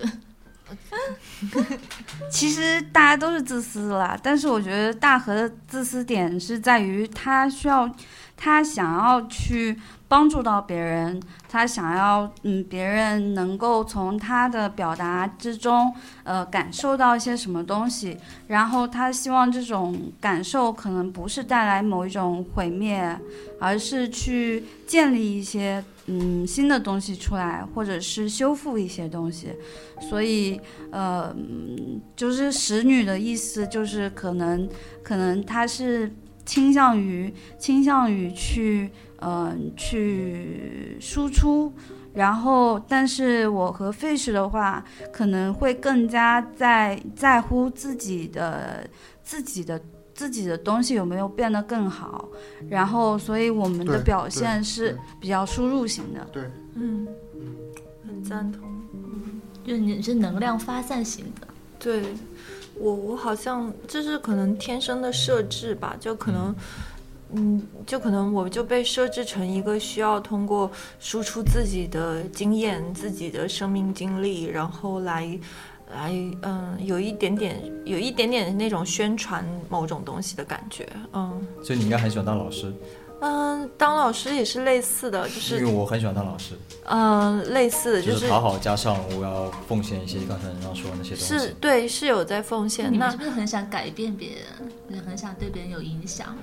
[SPEAKER 11] 其实大家都是自私啦，但是我觉得大河的自私点是在于他需要，他想要去帮助到别人，他想要嗯别人能够从他的表达之中呃感受到一些什么东西，然后他希望这种感受可能不是带来某一种毁灭，而是去建立一些嗯新的东西出来，或者是修复一些东西，所以呃。就是使女的意思，就是可能可能她是倾向于倾向于去嗯、呃、去输出，然后但是我和 Fish 的话，可能会更加在在乎自己的自己的。自己的东西有没有变得更好？然后，所以我们的
[SPEAKER 7] 对
[SPEAKER 11] 表
[SPEAKER 7] 对
[SPEAKER 11] 现是
[SPEAKER 7] 对
[SPEAKER 11] 比较输入型的。
[SPEAKER 9] 嗯，很赞同。
[SPEAKER 6] 就是你是能量发散型的，
[SPEAKER 9] 对我，我好像这是可能天生的设置吧，就可能，嗯，就可能我就被设置成一个需要通过输出自己的经验、自己的生命经历，然后来。来，嗯，有一点点，有一点点那种宣传某种东西的感觉，嗯
[SPEAKER 8] 所以你应该很喜欢当老师，
[SPEAKER 9] 嗯，当老师也是类似的，就
[SPEAKER 8] 因
[SPEAKER 9] 是
[SPEAKER 8] 为我很喜欢当老师，
[SPEAKER 9] 嗯、类似的，
[SPEAKER 8] 就是
[SPEAKER 9] 是
[SPEAKER 8] 讨好加上我要奉献一些刚才人上说的那些东
[SPEAKER 9] 是
[SPEAKER 8] 西。嗯
[SPEAKER 9] 对，是有在奉献。
[SPEAKER 6] 你
[SPEAKER 9] 那
[SPEAKER 6] 们是不是很想改变别人，就是很想对别人有影响？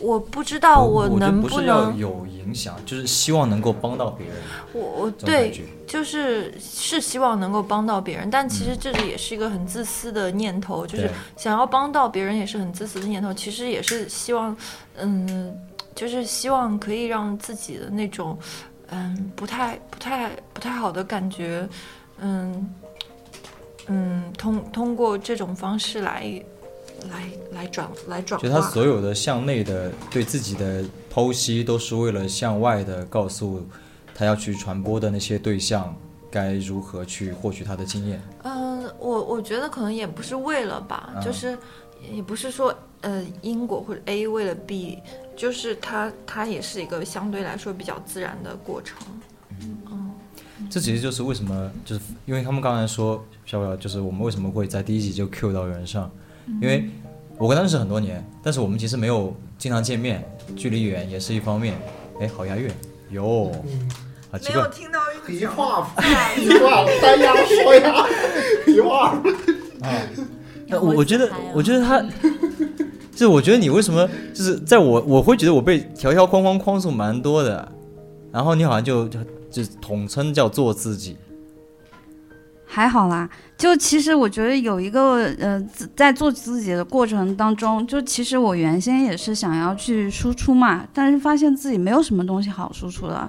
[SPEAKER 9] 我不知道
[SPEAKER 8] 我觉得
[SPEAKER 9] 能
[SPEAKER 8] 不是要
[SPEAKER 9] 能
[SPEAKER 8] 有影响，就是希望能够帮到别人
[SPEAKER 9] 我我
[SPEAKER 8] 这种感
[SPEAKER 9] 对
[SPEAKER 8] 觉。
[SPEAKER 9] 就是是希望能够帮到别人，但其实这里也是一个很自私的念头，就是
[SPEAKER 8] 嗯对
[SPEAKER 9] 想要帮到别人也是很自私的念头。其实也是希望，嗯，就是希望可以让自己的那种，嗯，不太不太不太好的感觉，嗯嗯，通通过这种方式来来来转来转
[SPEAKER 8] 就他
[SPEAKER 9] 化。
[SPEAKER 8] 所有的向内的对自己的剖析，都是为了向外的告诉他要去传播的那些对象该如何去获取他的经验。
[SPEAKER 9] 嗯，我我觉得可能也不是为了吧，
[SPEAKER 8] 嗯
[SPEAKER 9] 就是也不是说呃因果或者 A 为了 B，就是它它也是一个相对来说比较自然的过程。
[SPEAKER 8] 这其实就是为什么，就是因为他们刚才说小表，就是我们为什么会在第一集就 Q 到人上，因为我跟他认识很多年，但是我们其实没有经常见面，距离远也是一方面。哎，好押韵，哟，好奇怪，
[SPEAKER 9] 听到
[SPEAKER 7] 梨花梨花单压双压 梨花，
[SPEAKER 8] 那我我觉得，我觉得他，就是我觉得你为什么就是在我我会觉得我被条条框框框住蛮多的，然后你好像就就就统称叫做自己，
[SPEAKER 11] 还好啦，就其实我觉得有一个呃，自在做自己的过程当中，就其实我原先也是想要去输出嘛，但是发现自己没有什么东西好输出的，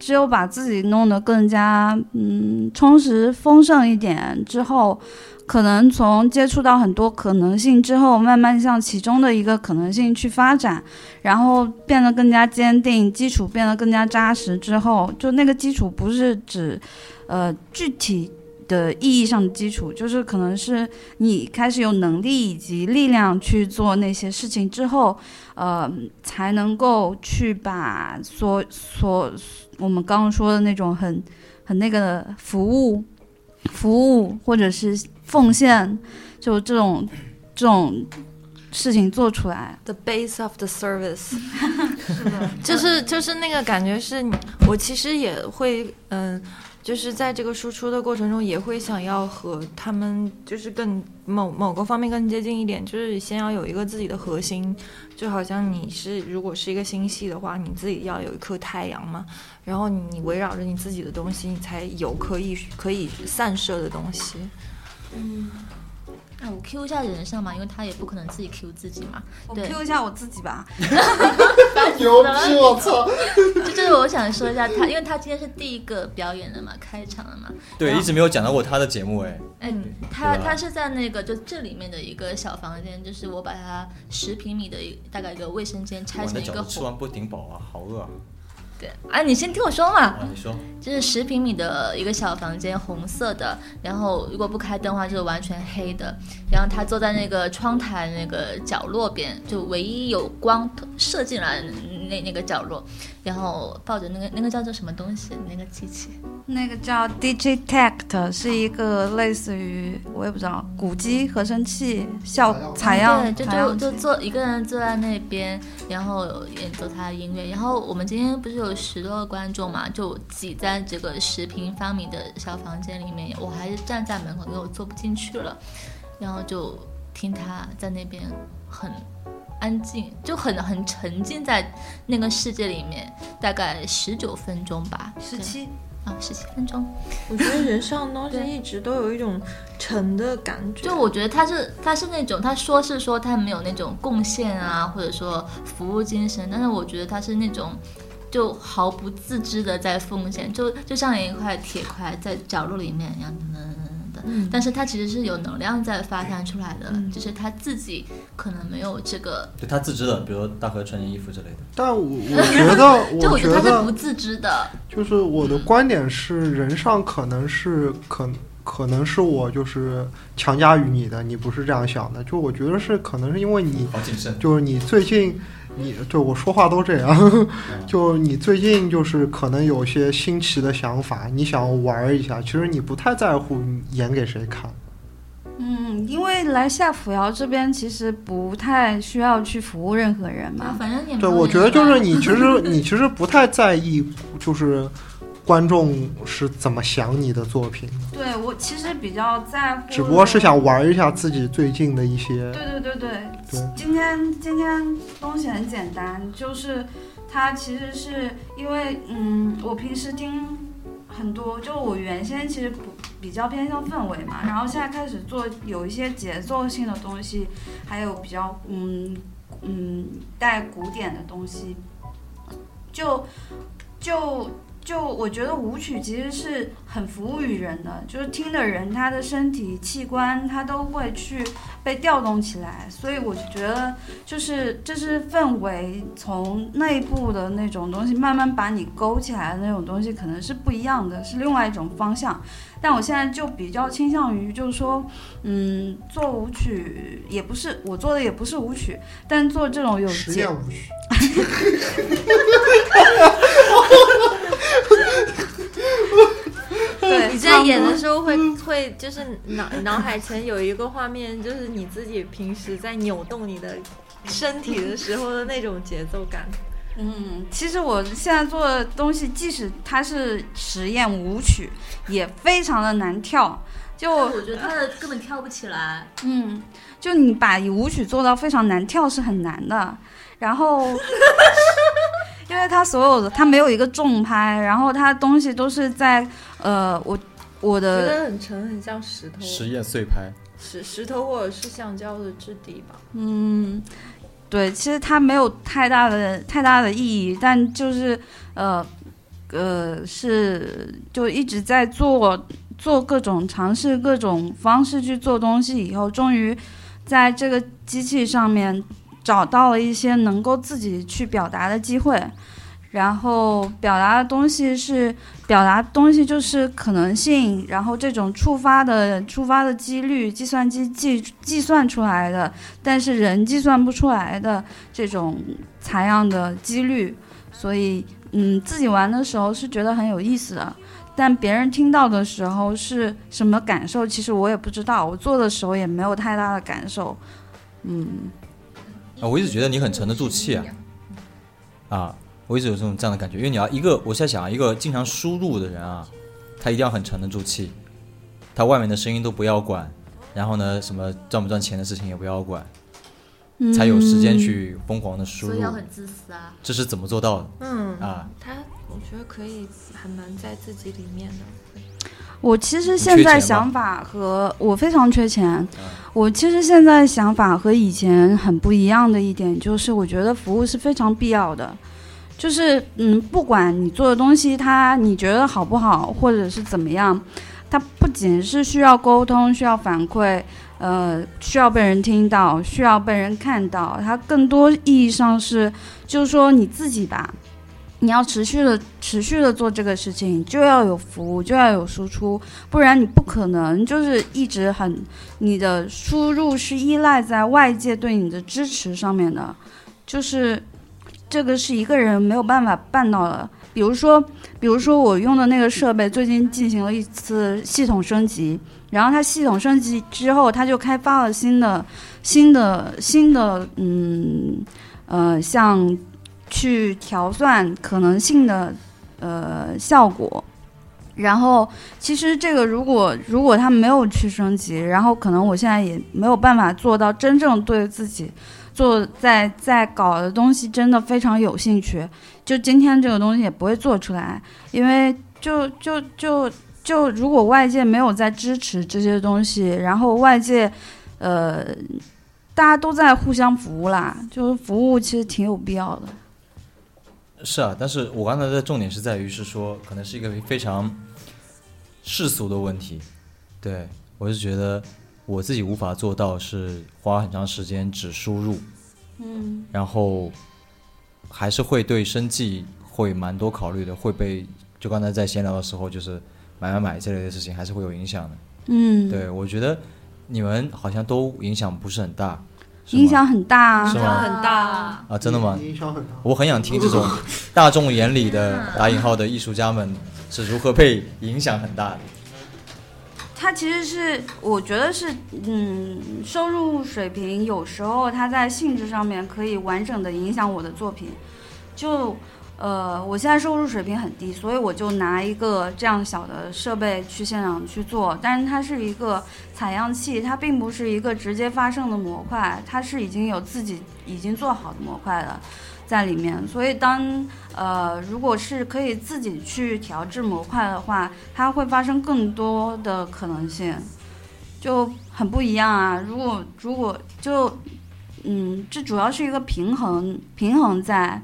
[SPEAKER 11] 只有把自己弄得更加嗯充实丰盛一点之后，可能从接触到很多可能性之后，慢慢向其中的一个可能性去发展，然后变得更加坚定，基础变得更加扎实之后，就那个基础不是指，呃，具体的意义上的基础，就是可能是你开始有能力以及力量去做那些事情之后，呃，才能够去把所所我们刚刚说的那种很很那个的服务、服务或者是奉献，就这种这种事情做出来。
[SPEAKER 9] The base of the service，就是就是那个感觉是你，我其实也会，嗯，就是在这个输出的过程中，也会想要和他们就是更某某个方面更接近一点，就是先要有一个自己的核心，就好像你是如果是一个星系的话，你自己要有一颗太阳嘛，然后你围绕着你自己的东西，你才有可以可以散射的东西。
[SPEAKER 6] 嗯，那我 Q 一下人上嘛，因为他也不可能自己 Q 自己嘛。
[SPEAKER 11] 我
[SPEAKER 6] 对
[SPEAKER 11] Q 一下我自己 吧，
[SPEAKER 7] 牛逼！哦我操！
[SPEAKER 6] 就就是我想说一下他，因为他今天是第一个表演的嘛，开场的嘛。
[SPEAKER 8] 对，一直没有讲到过他的节目哎。
[SPEAKER 6] 哎，他
[SPEAKER 8] 对吧
[SPEAKER 6] 他是在那个就这里面的一个小房间，就是我把它十平米的一大概一个卫生间拆
[SPEAKER 8] 哇，那
[SPEAKER 6] 成一
[SPEAKER 8] 饺
[SPEAKER 6] 个
[SPEAKER 8] 子吃
[SPEAKER 6] 火。
[SPEAKER 8] 完不顶饱啊，好饿啊！
[SPEAKER 6] 对，哎，你先听我说嘛。
[SPEAKER 8] 啊，你说，
[SPEAKER 6] 就是十平米的一个小房间，红色的，然后如果不开灯的话就是完全黑的。然后他坐在那个窗台那个角落边，就唯一有光射进来的那那个角落，然后抱着那个那个叫做什么东西，那个机器，
[SPEAKER 11] 那个叫 Digitect，是一个类似于我也不知道古机合成器效采样
[SPEAKER 6] 对，就
[SPEAKER 11] 采样
[SPEAKER 6] 就
[SPEAKER 11] 器
[SPEAKER 6] 就坐一个人坐在那边，然后演奏他的音乐。然后我们今天不是有十多个观众嘛，就挤在这个十平方米的小房间里面，我还是站在门口，因为我坐不进去了。然后就听他在那边很安静，就很很沉浸在那个世界里面，大概十九分钟吧，
[SPEAKER 11] 十
[SPEAKER 6] 对
[SPEAKER 11] 七。
[SPEAKER 6] 啊十七分钟。
[SPEAKER 9] 我觉得人上的东西
[SPEAKER 6] 对
[SPEAKER 9] 一直都有一种沉的感觉，
[SPEAKER 6] 就我觉得他是他是那种他说是说他没有那种贡献啊，或者说服务精神，但是我觉得他是那种就毫不自知的在奉献，就就像一块铁块在角落里面一样，噔噔噔噔噔。
[SPEAKER 9] 嗯
[SPEAKER 6] 但是他其实是有能量在发散出来的，只是他自己可能没有这个，
[SPEAKER 8] 就他自知的，比如说大河穿件衣服之类的。
[SPEAKER 7] 但我我觉 得，
[SPEAKER 6] 就我
[SPEAKER 7] 觉
[SPEAKER 6] 得他是不
[SPEAKER 7] 得
[SPEAKER 6] 自知的。
[SPEAKER 7] 就是我的观点是，人上可能是可可能是我就是强加于你的，你不是这样想的。就我觉得是可能是因为你
[SPEAKER 8] 好谨慎，
[SPEAKER 7] 就是你最近，你对我说话都这样， 就你最近就是可能有些新奇的想法，你想玩一下，其实你不太在乎你演给谁看。
[SPEAKER 11] 嗯，因为来下扶摇这边其实不太需要去服务任何人嘛。
[SPEAKER 6] 反正也没有
[SPEAKER 7] 对，我觉得就是你其 实你其实不太在意，就是观众是怎么想你的作品，
[SPEAKER 11] 对我其实比较在乎，
[SPEAKER 7] 只不过是。想玩一下自己最近的一些。
[SPEAKER 11] 对对对对，
[SPEAKER 7] 对
[SPEAKER 11] 今天今天东西很简单，就是它其实是因为嗯，我平时听很多，就我原先其实不比较偏向氛围嘛，然后现在开始做有一些节奏性的东西，还有比较嗯嗯带古典的东西，就就。就我觉得舞曲其实是很服务于人的，就是听的人他的身体器官他都会去被调动起来，所以我就觉得就是这是氛围从内部的那种东西慢慢把你勾起来的那种东西，可能是不一样的，是另外一种方向。但我现在就比较倾向于就是说，嗯，做舞曲也不是我做的也不是舞曲，但做这种有
[SPEAKER 7] 实
[SPEAKER 11] 节
[SPEAKER 7] 验舞曲，
[SPEAKER 11] 对
[SPEAKER 9] 你在演的时候会会就是脑脑海前有一个画面，就是你自己平时在扭动你的身体的时候的那种节奏感。
[SPEAKER 11] 嗯，其实我现在做的东西，即使它是实验舞曲，也非常的难跳。就
[SPEAKER 6] 我觉得他的根本跳不起来。
[SPEAKER 11] 嗯，就你把舞曲做到非常难跳是很难的，然后，因为它所有的它没有一个重拍，然后它东西都是在呃我我
[SPEAKER 9] 觉
[SPEAKER 11] 的
[SPEAKER 9] 得很沉，很像石头，
[SPEAKER 8] 实验碎拍，
[SPEAKER 9] 石石头或者是橡胶的质地吧。
[SPEAKER 11] 嗯，对，其实它没有太大的太大的意义，但就是呃呃是就一直在做做各种尝试各种方式去做东西以后，终于在这个机器上面找到了一些能够自己去表达的机会。然后表达的东西是表达东西就是可能性，然后这种触发的触发的几率，计算机计计算出来的，但是人计算不出来的这种采样的几率，所以嗯，自己玩的时候是觉得很有意思的，但别人听到的时候是什么感受，其实我也不知道，我做的时候也没有太大的感受，嗯，
[SPEAKER 8] 啊，我一直觉得你很沉得住气啊，啊，我一直有这种这样的感觉，因为你要一个，我在想啊一个经常输入的人啊，他一定要很沉得住气，他外面的声音都不要管，然后呢，什么赚不赚钱的事情也不要管，才有时间去疯狂的输
[SPEAKER 6] 所
[SPEAKER 8] 入
[SPEAKER 6] 以，要很自私啊。
[SPEAKER 8] 这是怎么做到的？
[SPEAKER 9] 嗯
[SPEAKER 8] 啊，
[SPEAKER 9] 他我觉得可以还蛮在自己里面的。
[SPEAKER 11] 我其实
[SPEAKER 8] 你
[SPEAKER 11] 现
[SPEAKER 8] 缺钱
[SPEAKER 11] 在
[SPEAKER 8] 吗嗯
[SPEAKER 11] 想法和我非常缺钱，我其实现在想法和以前很不一样的一点就是，我觉得服务是非常必要的。就是嗯，不管你做的东西它你觉得好不好，或者是怎么样，它不仅是需要沟通、需要反馈，呃，需要被人听到、需要被人看到，它更多意义上是，就是说你自己吧，你要持续的、持续的做这个事情，就要有服务，就要有输出，不然你不可能就是一直很你的输入是依赖在外界对你的支持上面的，就是这个是一个人没有办法办到的。比如说，比如说我用的那个设备最近进行了一次系统升级，然后它系统升级之后，它就开发了新的、新的、新的，嗯，呃，像去调算可能性的呃效果。然后，其实这个如果如果它没有去升级，然后可能我现在也没有办法做到真正对自己做在在搞的东西真的非常有兴趣。就今天这个东西也不会做出来，因为就就就就如果外界没有在支持这些东西，然后外界，呃，大家都在互相服务啦，就是服务其实挺有必要的。
[SPEAKER 8] 是啊，但是我刚才的重点是在于是说，可能是一个非常世俗的问题。对我是觉得我自己无法做到，是花很长时间只输入，
[SPEAKER 11] 嗯，
[SPEAKER 8] 然后还是会对生计会蛮多考虑的，会被就刚才在闲聊的时候，就是买买买这类的事情还是会有影响的。
[SPEAKER 11] 嗯
[SPEAKER 8] 对我觉得你们好像都影响不是很大，是吗
[SPEAKER 11] 影响很大啊
[SPEAKER 8] 是，吗？
[SPEAKER 9] 很大，
[SPEAKER 8] 啊，真的吗？
[SPEAKER 7] 影响很大。
[SPEAKER 8] 我很想听这种大众眼里的打引号的艺术家们是如何被影响很大的。
[SPEAKER 11] 它其实是我觉得是，嗯，收入水平有时候它在性质上面可以完整的影响我的作品。就呃，我现在收入水平很低，所以我就拿一个这样小的设备去现场去做，但是它是一个采样器，它并不是一个直接发生的模块，它是已经有自己已经做好的模块了。在里面，所以当呃，如果是可以自己去调制模块的话，它会发生更多的可能性，就很不一样啊。如果如果就嗯，这主要是一个平衡，平衡在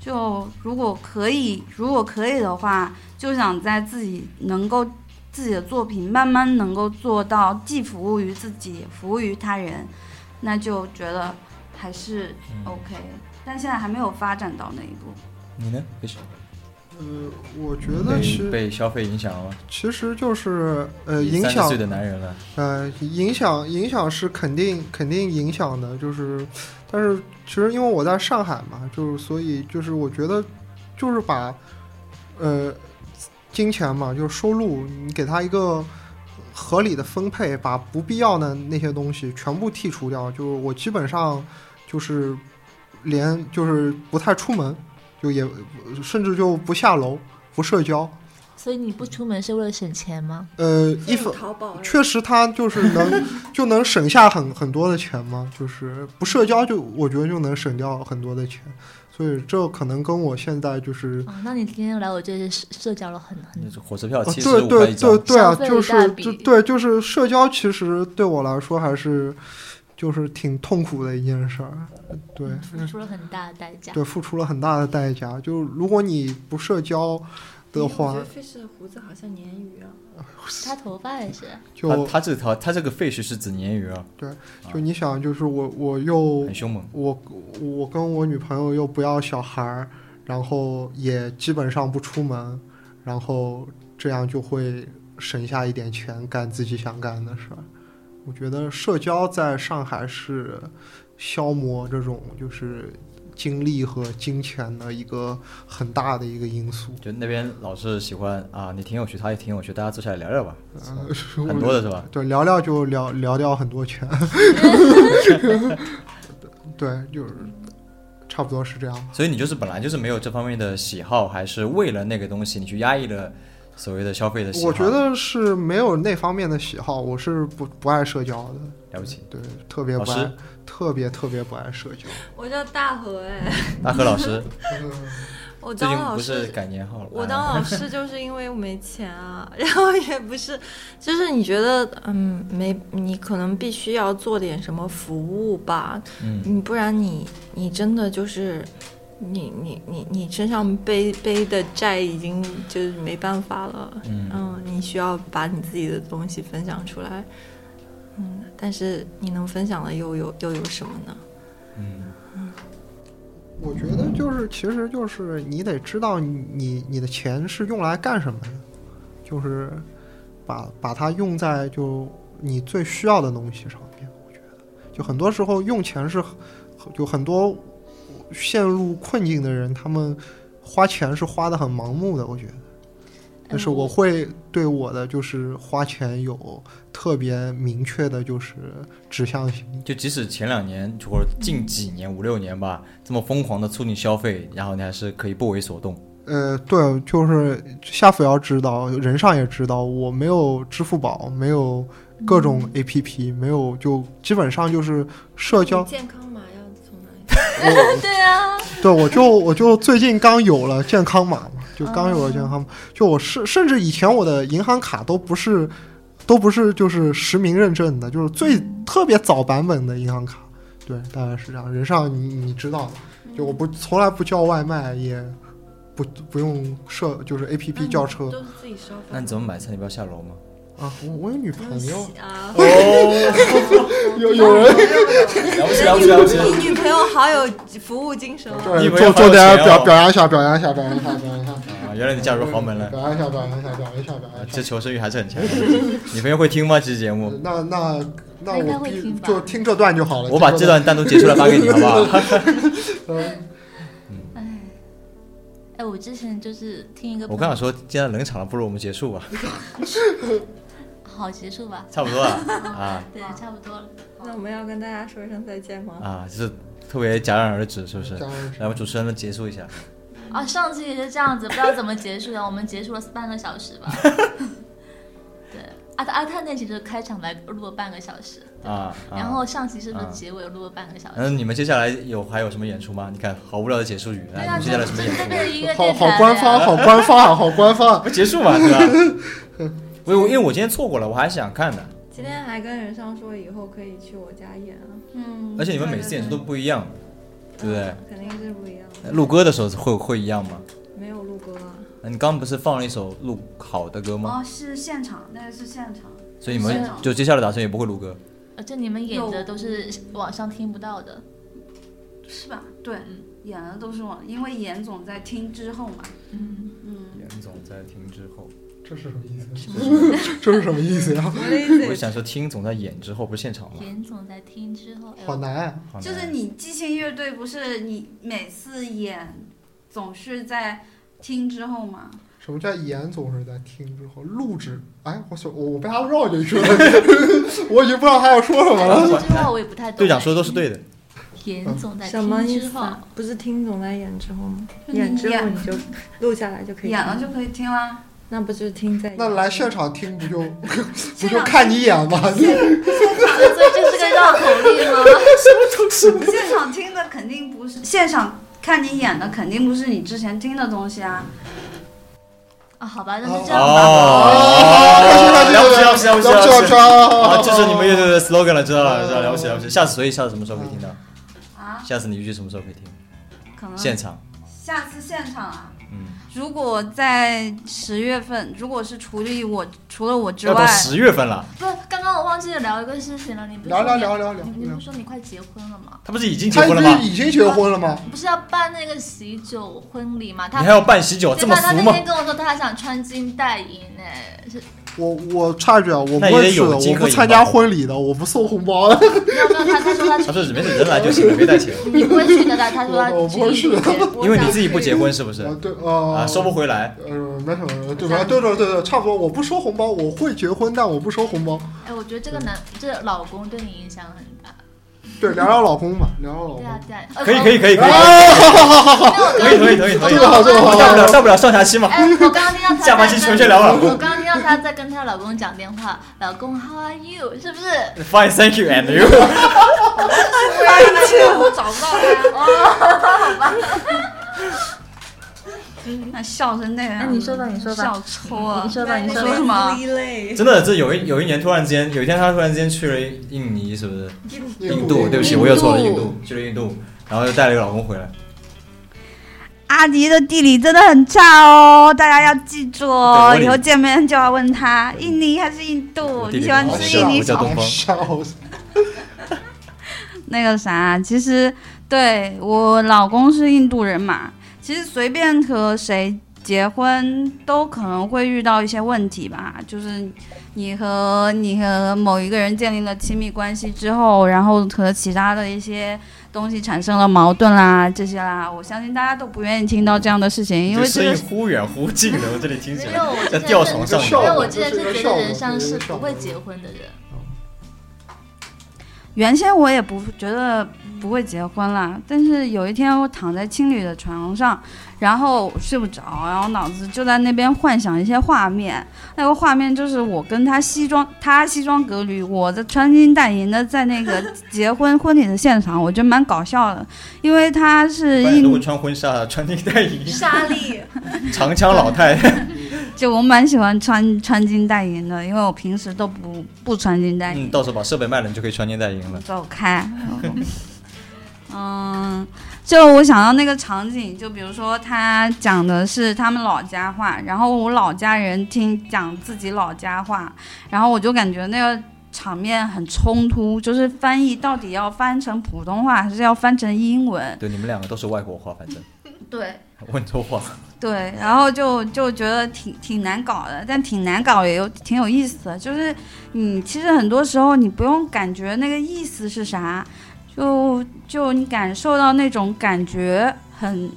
[SPEAKER 11] 就如果可以，如果可以的话，就想在自己能够自己的作品慢慢能够做到既服务于自己，也服务于他人，那就觉得还是 OK，、但现在还没有发展到那一步。
[SPEAKER 8] 你呢？为什么
[SPEAKER 7] 呃，我觉得其
[SPEAKER 8] 被被消费影响了吗？
[SPEAKER 7] 其实就是呃
[SPEAKER 8] 你
[SPEAKER 7] 影
[SPEAKER 8] 三十
[SPEAKER 7] 响
[SPEAKER 8] 岁的男人了，
[SPEAKER 7] 呃，影响影响是肯定肯定影响的，就是，但是其实因为我在上海嘛，就是所以就是我觉得就是把呃金钱嘛，就是收入，你给他一个合理的分配，把不必要的那些东西全部剔除掉。就是我基本上就是连就是不太出门，就也甚至就不下楼，不社交。
[SPEAKER 6] 所以你不出门是为了省钱吗？
[SPEAKER 7] 呃，一分
[SPEAKER 9] 淘宝
[SPEAKER 7] 确实，他就是能就能省下很很多的钱嘛，就是不社交就我觉得就能省掉很多的钱，所以这可能跟我现在就是。
[SPEAKER 6] 哦，那你今天来我这是社交了很很
[SPEAKER 8] 那是火车票
[SPEAKER 7] 哦
[SPEAKER 8] 啊七十
[SPEAKER 7] 对
[SPEAKER 8] 五块
[SPEAKER 7] 对
[SPEAKER 8] 一
[SPEAKER 7] 对
[SPEAKER 8] 张，
[SPEAKER 7] 对
[SPEAKER 6] 消
[SPEAKER 7] 啊，
[SPEAKER 6] 费一
[SPEAKER 7] 就
[SPEAKER 6] 大
[SPEAKER 7] 是
[SPEAKER 6] 笔
[SPEAKER 7] 就对就是社交，其实对我来说还是就是挺痛苦的一件事儿，对
[SPEAKER 6] 付出了很大的代价。
[SPEAKER 7] 对，付出了很大的代价。就是如果你不社交，的话
[SPEAKER 9] 我觉，得 fish 的胡子好像鲶鱼啊，
[SPEAKER 6] 他头发也是，
[SPEAKER 7] 就
[SPEAKER 8] 他他这条他这个 fish 是指鲶鱼啊，
[SPEAKER 7] 对，就你想，就是我我又
[SPEAKER 8] 很凶猛，
[SPEAKER 7] 我我跟我女朋友又不要小孩儿，然后也基本上不出门，然后这样就会省下一点钱干自己想干的事儿。我觉得社交在上海是消磨这种就是精力和金钱的一个很大的一个因素。
[SPEAKER 8] 就那边老是喜欢啊，你挺有趣，他也挺有趣，大家坐下来聊聊吧，
[SPEAKER 7] 嗯，是
[SPEAKER 8] 很多的是吧？
[SPEAKER 7] 对，聊聊就聊聊掉很多钱。 对，就是差不多是这样吧。
[SPEAKER 8] 所以你就是本来就是没有这方面的喜好，还是为了那个东西你去压抑了所谓的消费的喜好？
[SPEAKER 7] 我觉得是没有那方面的喜好，我是不不爱社交的，
[SPEAKER 8] 了不起，
[SPEAKER 7] 对，特别
[SPEAKER 8] 老
[SPEAKER 7] 不
[SPEAKER 8] 师
[SPEAKER 7] 爱，特别特别不爱社交。呃
[SPEAKER 9] 我叫大河哎、
[SPEAKER 8] 大何 老师
[SPEAKER 9] 我
[SPEAKER 8] 最
[SPEAKER 9] 当
[SPEAKER 8] 近
[SPEAKER 9] 老
[SPEAKER 8] 不是
[SPEAKER 9] 师
[SPEAKER 8] 改年号了，
[SPEAKER 9] 我
[SPEAKER 8] 哎
[SPEAKER 9] 当老师就是因为我没钱啊， 然后也不是，就是你觉得嗯没，你可能必须要做点什么服务吧，
[SPEAKER 8] 嗯
[SPEAKER 9] 你不然你你真的就是。你你你你身上背背的债已经就是没办法了，
[SPEAKER 8] 嗯
[SPEAKER 9] 你需要把你自己的东西分享出来，嗯，但是你能分享的又有又有什么呢？
[SPEAKER 8] 嗯，
[SPEAKER 7] 我觉得就是，其实就是你得知道你你你的钱是用来干什么的，就是把把它用在就你最需要的东西上面。我觉得，就很多时候用钱是很，就很多陷入困境的人，他们花钱是花的很盲目的。我觉得，但是我会对我的就是花钱有特别明确的，就是指向性。
[SPEAKER 8] 就即使前两年或者近几年五六年吧，这么疯狂的促进消费，然后你还是可以不为所动。
[SPEAKER 7] 呃，对，就是夏扶摇知道，人上也知道，我没有支付宝，没有各种 APP，、没有就基本上就是嗯社交。
[SPEAKER 9] 健康码要从哪里？
[SPEAKER 7] 我
[SPEAKER 6] 对啊，
[SPEAKER 7] 对我就我就最近刚有了健康码嘛，就
[SPEAKER 6] 哦
[SPEAKER 7] 刚有了健康码，就我是甚至以前我的银行卡都不是都不是就是实名认证的，就是最
[SPEAKER 6] 嗯
[SPEAKER 7] 特别早版本的银行卡。对，大概是这样。人上你你知道
[SPEAKER 6] 嗯
[SPEAKER 7] 的，就我不从来不叫外卖，也不不用社就是 A
[SPEAKER 6] 嗯
[SPEAKER 7] P P 叫车。
[SPEAKER 9] 都是自己消费。
[SPEAKER 8] 那你怎么买菜？你不要下楼吗？
[SPEAKER 7] 啊，我我有女朋友，
[SPEAKER 9] 啊？
[SPEAKER 7] 有有人
[SPEAKER 8] 了不起了不起了不起！
[SPEAKER 9] 你女朋友好有服务精神哦。
[SPEAKER 8] 你以为
[SPEAKER 7] 重
[SPEAKER 8] 好有
[SPEAKER 7] 重点
[SPEAKER 8] 钱哦
[SPEAKER 7] 表表扬一下，表扬一下，表扬一下，表扬一下，
[SPEAKER 8] 啊，原来你嫁入豪门了，
[SPEAKER 7] 表扬一下，表扬一下，表扬一下，表
[SPEAKER 8] 啊
[SPEAKER 7] 扬一
[SPEAKER 8] 这
[SPEAKER 7] 下。
[SPEAKER 8] 求生欲还是很强的。你朋友会听吗？这期节目，
[SPEAKER 7] 那那那
[SPEAKER 6] 应该
[SPEAKER 7] 我
[SPEAKER 6] 会
[SPEAKER 7] 必
[SPEAKER 6] 听吧
[SPEAKER 7] 就听这段就好了。
[SPEAKER 8] 我把这
[SPEAKER 7] 听
[SPEAKER 8] 段单独截出来发给你，好不好？
[SPEAKER 7] 嗯
[SPEAKER 6] 哎，我之前就是听一个，
[SPEAKER 8] 我刚想说，既然冷场了，不如我们结束吧，
[SPEAKER 6] 好结束吧，
[SPEAKER 8] 差不多了啊
[SPEAKER 6] 对，差不多了，
[SPEAKER 9] 那我们要跟大家说一声再见吗？
[SPEAKER 8] 啊，就是特别戛然而止，是不是
[SPEAKER 7] 戛然而？止
[SPEAKER 8] 来，我们主持人们结束一下。
[SPEAKER 6] 啊，上期也是这样子，不知道怎么结束的，我们结束了半个小时 吧，对，啊阿阿泰那期就是开场白录了半个小时，
[SPEAKER 8] 啊，啊
[SPEAKER 6] 然后上期是不是
[SPEAKER 8] 啊
[SPEAKER 6] 结尾录了半个小时？
[SPEAKER 8] 嗯，你们接下来有还有什么演出吗？你看，好无聊的结束语，
[SPEAKER 6] 对
[SPEAKER 8] 来，
[SPEAKER 6] 啊，
[SPEAKER 8] 你们
[SPEAKER 6] 这
[SPEAKER 8] 接下来有什么演
[SPEAKER 6] 这
[SPEAKER 8] 出
[SPEAKER 6] 变？成一个
[SPEAKER 7] 好
[SPEAKER 6] 电台啊了
[SPEAKER 7] 好
[SPEAKER 6] 呀
[SPEAKER 7] 官方，好官方啊，好官方啊。
[SPEAKER 8] 不结束嘛，对吧？我我因为我今天错过了，我还想看的，
[SPEAKER 9] 今天还跟人上说以后可以去我家演啊，
[SPEAKER 6] 嗯，
[SPEAKER 8] 而且你们每次演出都不一样，对不对？
[SPEAKER 9] 肯定是不一样的。
[SPEAKER 8] 录歌的时候会会一样吗？
[SPEAKER 9] 没有录歌啊，
[SPEAKER 8] 你刚不是放了一首录好的歌吗？
[SPEAKER 12] 哦，是现场，那个是现场。
[SPEAKER 8] 所以你们就接下来打算也不会录歌，
[SPEAKER 6] 而且哦你们演的都是网上听不到的，
[SPEAKER 12] 是吧？对，演的都是我，因为严总在听之后嘛。
[SPEAKER 6] 嗯，
[SPEAKER 12] 嗯，
[SPEAKER 8] 严总在听之后，
[SPEAKER 7] 这是什么意思？ 这是什么意思 呀？
[SPEAKER 9] 我的意思
[SPEAKER 8] 我想说听总在演之后，不是现场吗？
[SPEAKER 6] 严总在听之后，哎呦
[SPEAKER 7] 好难啊！
[SPEAKER 8] 好难
[SPEAKER 12] 就是你即兴乐队不是你每次演总是在听之后嘛？
[SPEAKER 7] 什么叫演总是在听之后录制？哎，我所我我被他绕进去了， 我已经不知道他要说什么了。
[SPEAKER 6] 这句话我也不太懂。
[SPEAKER 8] 队长说的都是对的，
[SPEAKER 6] 严总在
[SPEAKER 9] 什么
[SPEAKER 6] 听
[SPEAKER 9] 意
[SPEAKER 6] 之
[SPEAKER 9] 思
[SPEAKER 6] 后，
[SPEAKER 9] 啊？不是听总在演之后吗？
[SPEAKER 12] 就你
[SPEAKER 9] 演之后
[SPEAKER 12] 演
[SPEAKER 9] 你就录下来就可以
[SPEAKER 12] 演了就可以听啦。
[SPEAKER 9] 那不就是听在
[SPEAKER 7] 那来现场听不就不
[SPEAKER 12] 现
[SPEAKER 7] 就
[SPEAKER 12] 场
[SPEAKER 7] 看你演 吗？
[SPEAKER 6] 这这是个绕口令 吗？
[SPEAKER 12] 现场听的肯定不是现场看你演的，肯定不是你之前听的东西啊。
[SPEAKER 6] 啊，好吧，那就这样吧。
[SPEAKER 7] 啊
[SPEAKER 8] 哦，了不起了不起了不起
[SPEAKER 7] 要
[SPEAKER 8] 了不起！啊，
[SPEAKER 7] 啊
[SPEAKER 8] 这是你们乐队的 slogan 了，知道了，知道了，了不起了不起！下次所以下次什么时候可以听到？
[SPEAKER 12] 啊，
[SPEAKER 8] 下次你预计什么时候可以听？
[SPEAKER 12] 可能
[SPEAKER 8] 现场嗯
[SPEAKER 12] 下次现场啊，
[SPEAKER 13] 如果在十月份，如果是除了我除了我之
[SPEAKER 8] 要到
[SPEAKER 13] 外，
[SPEAKER 8] 十月份了，
[SPEAKER 6] 不，刚刚我忘记了聊一个事情了。你不是
[SPEAKER 7] 聊
[SPEAKER 6] 说你
[SPEAKER 7] 聊聊聊聊
[SPEAKER 6] 你你不是说你快结婚了吗？
[SPEAKER 8] 他不是已经结婚了吗？
[SPEAKER 7] 他已经结婚了吗？
[SPEAKER 6] 不是要办那个喜酒婚礼吗？他
[SPEAKER 8] 你还要办喜酒
[SPEAKER 6] 对
[SPEAKER 8] 这么
[SPEAKER 6] 他他
[SPEAKER 8] 俗
[SPEAKER 6] 那
[SPEAKER 8] 吗
[SPEAKER 6] 天跟我说他还想穿金戴银哎，是
[SPEAKER 7] 我我插一句啊，我不
[SPEAKER 8] 那也得
[SPEAKER 7] 会去
[SPEAKER 8] 有
[SPEAKER 7] 的，
[SPEAKER 8] 金
[SPEAKER 7] 我
[SPEAKER 8] 和
[SPEAKER 7] 不
[SPEAKER 8] 银
[SPEAKER 7] 参
[SPEAKER 8] 吧
[SPEAKER 7] 加婚礼的，我不送红包的。
[SPEAKER 6] 没有没有他他说他
[SPEAKER 8] 他说没事，人来就行了，别带钱，
[SPEAKER 6] 你不会去的吧，他说他
[SPEAKER 7] 我我不会去
[SPEAKER 6] 去
[SPEAKER 7] 的
[SPEAKER 8] 因为你自己不结婚是不是？
[SPEAKER 7] 对哦
[SPEAKER 8] 啊，收不回来。
[SPEAKER 7] 嗯，没什么，对吧？对对对对，差不多。我不收红包，我会结婚，但我不收红包。
[SPEAKER 6] 哎，我觉得这个男这个老公对你影响很大。
[SPEAKER 7] 对，聊聊老公吧，聊聊老公
[SPEAKER 6] 对。啊对啊，呃
[SPEAKER 8] 可以可以可以可以，可以可以可以可
[SPEAKER 7] 哦这
[SPEAKER 8] 以，
[SPEAKER 7] 个好这个好
[SPEAKER 8] 大不了大不了上下期嘛。
[SPEAKER 6] 哎，我刚刚听到她
[SPEAKER 8] 下半期
[SPEAKER 6] 在
[SPEAKER 8] 全
[SPEAKER 6] 跟
[SPEAKER 8] 是聊老公
[SPEAKER 6] 我刚刚听到她在跟她老公讲电话，老公 How are you？是不是？
[SPEAKER 8] Fine, thank you, and you。
[SPEAKER 13] 哎我找不到啊他。
[SPEAKER 11] 那笑成那样，
[SPEAKER 6] 哎你说吧你说吧
[SPEAKER 11] 笑抽啊！
[SPEAKER 6] 你说
[SPEAKER 13] 哎
[SPEAKER 6] 吧你说吧
[SPEAKER 11] 什 么？
[SPEAKER 8] 真的，这有一有一年突然之间，有一天他突然之间去了印尼，是不是？印度，对不起，我又错了，印度去了印度，然后又带了一个老公回来。
[SPEAKER 11] 阿迪的地理真的很差哦，大家要记住哦，
[SPEAKER 8] 对我
[SPEAKER 11] 以后见面就要问他印尼还是印度，你
[SPEAKER 8] 地理
[SPEAKER 11] 喜欢
[SPEAKER 8] 不好
[SPEAKER 11] 吃印尼
[SPEAKER 8] 我叫
[SPEAKER 11] 炒
[SPEAKER 8] 东方。
[SPEAKER 11] 那个啥，其实对我老公是印度人嘛，其实随便和谁结婚都可能会遇到一些问题吧，就是你和你和某一个人建立了亲密关系之后，然后和其他的一些东西产生了矛盾啦，这些啦，我相信大家都不愿意听到这样的事情，因为这
[SPEAKER 8] 声音
[SPEAKER 11] 个
[SPEAKER 8] 忽远忽近的，我这里听起
[SPEAKER 6] 因
[SPEAKER 8] 来
[SPEAKER 6] 为我之
[SPEAKER 8] 在
[SPEAKER 6] 前
[SPEAKER 8] 吊床上一
[SPEAKER 6] 是，因
[SPEAKER 8] 样。
[SPEAKER 6] 为我之前是觉得人上是不会结婚的人。
[SPEAKER 11] 原先我也不觉得不会结婚啦，但是有一天我躺在青旅的床上，然后睡不着，然后脑子就在那边幻想一些画面。那个画面就是我跟他西装，他西装革履，我在穿金戴银的在那个结婚婚礼的现场，我觉得蛮搞笑的，因为他是
[SPEAKER 8] 不然如果
[SPEAKER 11] 印，
[SPEAKER 8] 穿婚纱、穿内带衣、
[SPEAKER 6] 莎莉，
[SPEAKER 8] 长枪老太，
[SPEAKER 11] 就我蛮喜欢穿穿金戴银的，因为我平时都不不穿金戴银。
[SPEAKER 8] 嗯，到时候把设备卖了，你就可以穿内带银了。
[SPEAKER 11] 走开。嗯，就我想到那个场景，就比如说他讲的是他们老家话，然后我老家人听讲自己老家话，然后我就感觉那个场面很冲突，就是翻译到底要翻成普通话还是要翻成英文？
[SPEAKER 8] 对，你们两个都是外国话，反 正
[SPEAKER 11] 对
[SPEAKER 8] 温州话。
[SPEAKER 11] 对，然后就就觉得挺挺难搞的，但挺难搞也有挺有意思的，就是你其实很多时候你不用感觉那个意思是啥，就就你感受到那种感觉很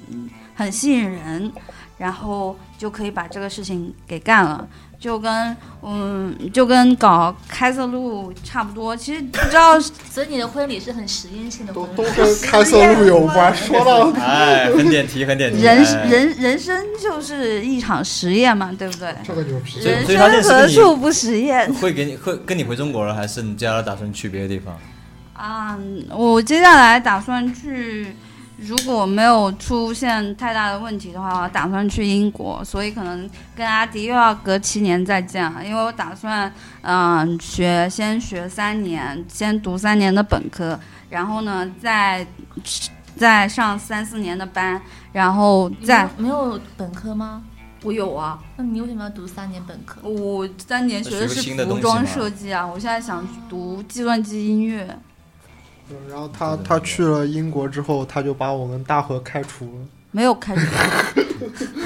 [SPEAKER 11] 很吸引人，然后就可以把这个事情给干了。就跟嗯，就跟搞开塞露差不多。其实不知道
[SPEAKER 6] 所以你的婚礼是很实验性的婚礼。
[SPEAKER 7] 都跟开塞露有关。说到
[SPEAKER 8] 哎，很点题，很点题。
[SPEAKER 11] 人
[SPEAKER 8] 哎
[SPEAKER 11] 人人生就是一场实验嘛，对不对？
[SPEAKER 7] 这个牛皮，
[SPEAKER 8] 所以
[SPEAKER 11] 人
[SPEAKER 8] 所以他
[SPEAKER 11] 生
[SPEAKER 8] 认识
[SPEAKER 11] 何
[SPEAKER 8] 的
[SPEAKER 11] 处
[SPEAKER 8] 你
[SPEAKER 11] 不实验？
[SPEAKER 8] 会给你会跟你回中国了，还是你接下来打算去别的地方？
[SPEAKER 11] 啊、嗯我接下来打算去，如果没有出现太大的问题的话，打算去英国，所以可能跟阿迪又要隔七年再见了，因为我打算，嗯、学先学三年，先读三年的本科，然后呢，再呃再上三四年的班，然后再呃
[SPEAKER 6] 没有本科吗？
[SPEAKER 11] 我有啊，
[SPEAKER 6] 那你为什么要读三年本科？
[SPEAKER 11] 我三年学的
[SPEAKER 8] 学个
[SPEAKER 11] 是
[SPEAKER 8] 新的东
[SPEAKER 11] 服
[SPEAKER 8] 西
[SPEAKER 11] 装
[SPEAKER 8] 嘛
[SPEAKER 11] 设计啊，我现在想读计算机音乐。
[SPEAKER 7] 然后他他去了英国之后，他就把我跟大河开除了。
[SPEAKER 11] 没有开始，
[SPEAKER 7] 啊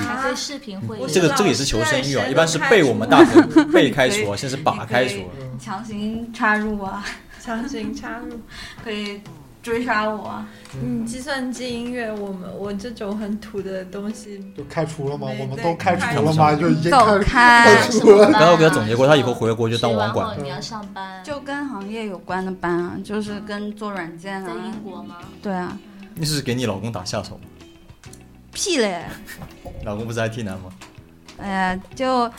[SPEAKER 6] 还会视频会议？
[SPEAKER 8] 这个这个也是求生欲啊，一般是被我们大哥 被开除啊，现在是把开除啊。
[SPEAKER 11] 强行插入啊，
[SPEAKER 9] 强行插入。
[SPEAKER 11] 可以追杀我啊。
[SPEAKER 9] 嗯，计算机音乐，我们我这种很土的东西，
[SPEAKER 7] 就开除了吗？
[SPEAKER 9] 对
[SPEAKER 7] 我们
[SPEAKER 9] 对
[SPEAKER 7] 都开
[SPEAKER 9] 开
[SPEAKER 7] 除了吗？就已经
[SPEAKER 11] 走
[SPEAKER 6] 啊
[SPEAKER 7] 开
[SPEAKER 11] 开
[SPEAKER 7] 开除了。
[SPEAKER 8] 刚刚我给他总结过，他以后回国就当网
[SPEAKER 6] 学完
[SPEAKER 8] 管
[SPEAKER 6] 后。你要上班，
[SPEAKER 11] 就跟行业有关的班啊，就是跟做软件
[SPEAKER 6] 嗯在
[SPEAKER 11] 啊
[SPEAKER 6] 英，国吗？
[SPEAKER 11] 对啊，
[SPEAKER 8] 你是给你老公打下手吗？
[SPEAKER 11] 屁嘞，
[SPEAKER 8] 老公不是 IT 男吗？
[SPEAKER 11] 哎呀，就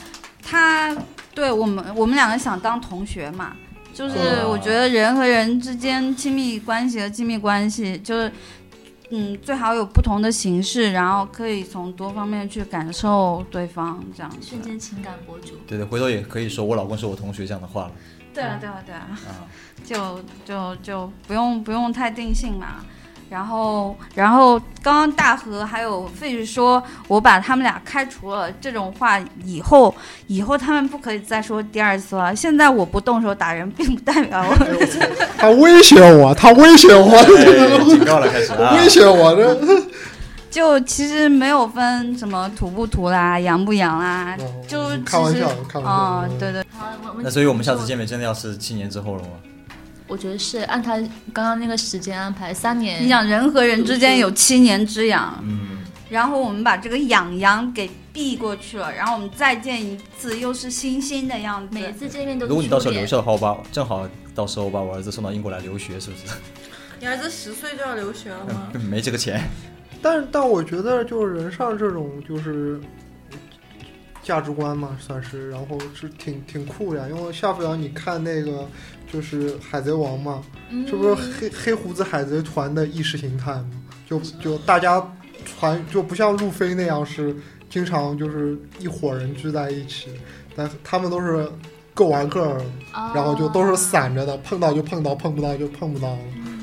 [SPEAKER 11] 他对我们我们两个想当同学嘛，就是
[SPEAKER 8] 哦
[SPEAKER 11] 我觉得人和人之间亲密关系和亲密关系就是。嗯，最好有不同的形式，然后可以从多方面去感受对方，这样子
[SPEAKER 6] 瞬。间情感博主，
[SPEAKER 8] 对对，回头也可以说我老公是我同学这样的话了。
[SPEAKER 11] 对啊，对啊，对啊。
[SPEAKER 8] 啊，
[SPEAKER 11] 就就就不用不用太定性嘛。然后，然后刚刚大河还有费玉说，我把他们俩开除了这种话以后，以后他们不可以再说第二次了。现在我不动手打人，并不代表
[SPEAKER 7] 哎
[SPEAKER 11] 我
[SPEAKER 7] 他威胁我，他威胁
[SPEAKER 8] 哎
[SPEAKER 7] 我，
[SPEAKER 14] 警告了开始啊
[SPEAKER 7] 威胁 我这。
[SPEAKER 11] 就其实没有分什么土不土啦，洋不洋啦，就其实
[SPEAKER 7] 哦开玩笑开玩笑嗯
[SPEAKER 11] 哦，对对。
[SPEAKER 14] 那所以我们下次见面真的要是七年之后了吗？
[SPEAKER 6] 我觉得是按他刚刚那个时间安排，三年。
[SPEAKER 11] 你想人和人之间有七年之痒，
[SPEAKER 14] 嗯，
[SPEAKER 11] 然后我们把这个痒痒给避过去了，然后我们再见一次又是新鲜的样子。每
[SPEAKER 6] 次见面
[SPEAKER 14] 如果你到时候留校的话，我把正好到时候我把我儿子送到英国来留学，是不是？
[SPEAKER 9] 你儿子十岁就要留学了吗？
[SPEAKER 14] 没这个钱，
[SPEAKER 7] 但但我觉得就是人上这种就是价值观嘛，算是，然后是挺挺酷的呀。因为夏扶阳，你看那个就是《海贼王》嘛，
[SPEAKER 6] 嗯
[SPEAKER 7] 这不是
[SPEAKER 9] 嗯
[SPEAKER 7] 黑黑胡子海贼团的意识形态吗？就就大家团就不像路飞那样是经常就是一伙人聚在一起，但他们都是各玩各的，
[SPEAKER 6] 哦
[SPEAKER 7] 然后就都
[SPEAKER 9] 哦
[SPEAKER 7] 是散着的，碰到就碰到，碰不到就碰不到了。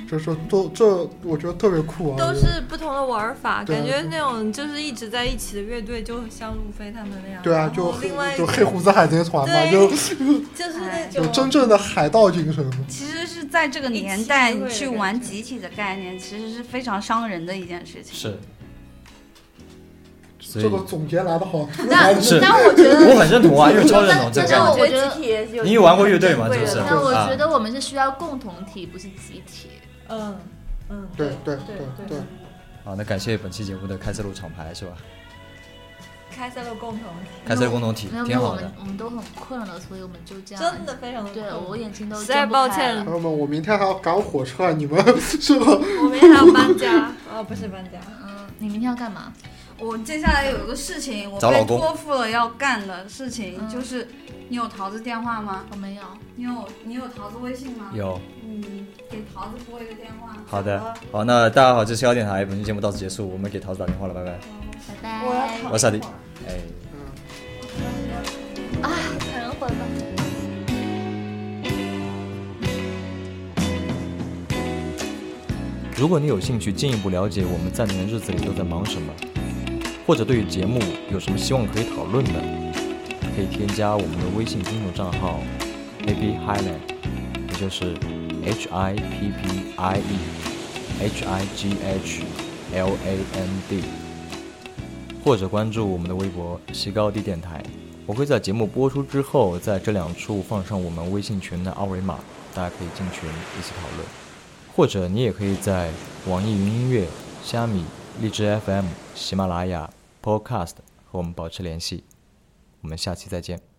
[SPEAKER 7] 这是都这，我觉得特别酷啊！
[SPEAKER 9] 嗯都
[SPEAKER 7] 我觉得
[SPEAKER 9] 是不同的玩法，
[SPEAKER 7] 对啊
[SPEAKER 9] 感觉那种就是一直在一起的乐队，就像路飞他们那样。
[SPEAKER 7] 对啊
[SPEAKER 9] 然，
[SPEAKER 7] 就
[SPEAKER 9] 后另外一
[SPEAKER 7] 就
[SPEAKER 9] 个
[SPEAKER 7] 黑胡子海贼团嘛，
[SPEAKER 9] 对
[SPEAKER 7] 就
[SPEAKER 9] 就是那
[SPEAKER 7] 有
[SPEAKER 9] 种
[SPEAKER 7] 真正的海盗精神嘛。
[SPEAKER 11] 其实是在这个年代去玩集体的概念，其实是非常伤人的一件事情。
[SPEAKER 14] 是。所以
[SPEAKER 7] 这个总结来的好，
[SPEAKER 14] 那是那我 觉得我很认同 啊因为超认同这个
[SPEAKER 6] 但我觉
[SPEAKER 9] 集体也是有
[SPEAKER 14] 你有玩过乐队吗就是啊
[SPEAKER 6] 但我觉得我们是需要共同体，不是集体。
[SPEAKER 9] 嗯嗯，
[SPEAKER 7] 对对对
[SPEAKER 9] 对
[SPEAKER 7] 对。
[SPEAKER 14] 好，那感谢本期节目的开塞露厂牌是吧？
[SPEAKER 9] 开塞露共同体，
[SPEAKER 14] 开塞露共同体
[SPEAKER 6] 没有没
[SPEAKER 14] 挺
[SPEAKER 6] 有，
[SPEAKER 14] 好
[SPEAKER 6] 我
[SPEAKER 14] 的
[SPEAKER 6] 们我们都很困了，所以我们就这样。
[SPEAKER 9] 真的非常的
[SPEAKER 6] 对我眼睛都
[SPEAKER 9] 实在
[SPEAKER 6] 睁不
[SPEAKER 9] 抱
[SPEAKER 6] 开
[SPEAKER 9] 歉
[SPEAKER 6] 了
[SPEAKER 7] 朋友们，我明天还要赶火车，啊你们 是吧？
[SPEAKER 9] 我明天还要搬家，哦，不是搬家，
[SPEAKER 6] 嗯，你明天要干嘛？
[SPEAKER 11] 我接下来有一个事情，我
[SPEAKER 14] 找
[SPEAKER 11] 被
[SPEAKER 14] 老公
[SPEAKER 11] 托付了要干的事情，就是你有桃子电话吗？
[SPEAKER 6] 我没有。
[SPEAKER 11] 你有你有桃子微信吗？
[SPEAKER 14] 有。
[SPEAKER 11] 嗯，给桃子拨一个电话。
[SPEAKER 14] 好的，好，那大家好，这是幺电台，本期节目到此结束，我们给桃子打电话了，拜拜。
[SPEAKER 6] 拜拜。
[SPEAKER 14] 我是阿迪，哎。
[SPEAKER 6] 啊，人魂吧。
[SPEAKER 8] 如果你有兴趣进一步了解我们暂停的日子里都在忙什么，或者对于节目有什么希望可以讨论的，可以添加我们的微信公众账号 “happy highland”，也就是 H I P P I E H I G H L A N D，或者关注我们的微博“西高地电台”。我会在节目播出之后，在这两处放上我们微信群的二维码，大家可以进群一起讨论。或者你也可以在网易云音乐、虾米、荔枝 FM、喜马拉雅、Podcast 和我们保持联系。我们下期再见。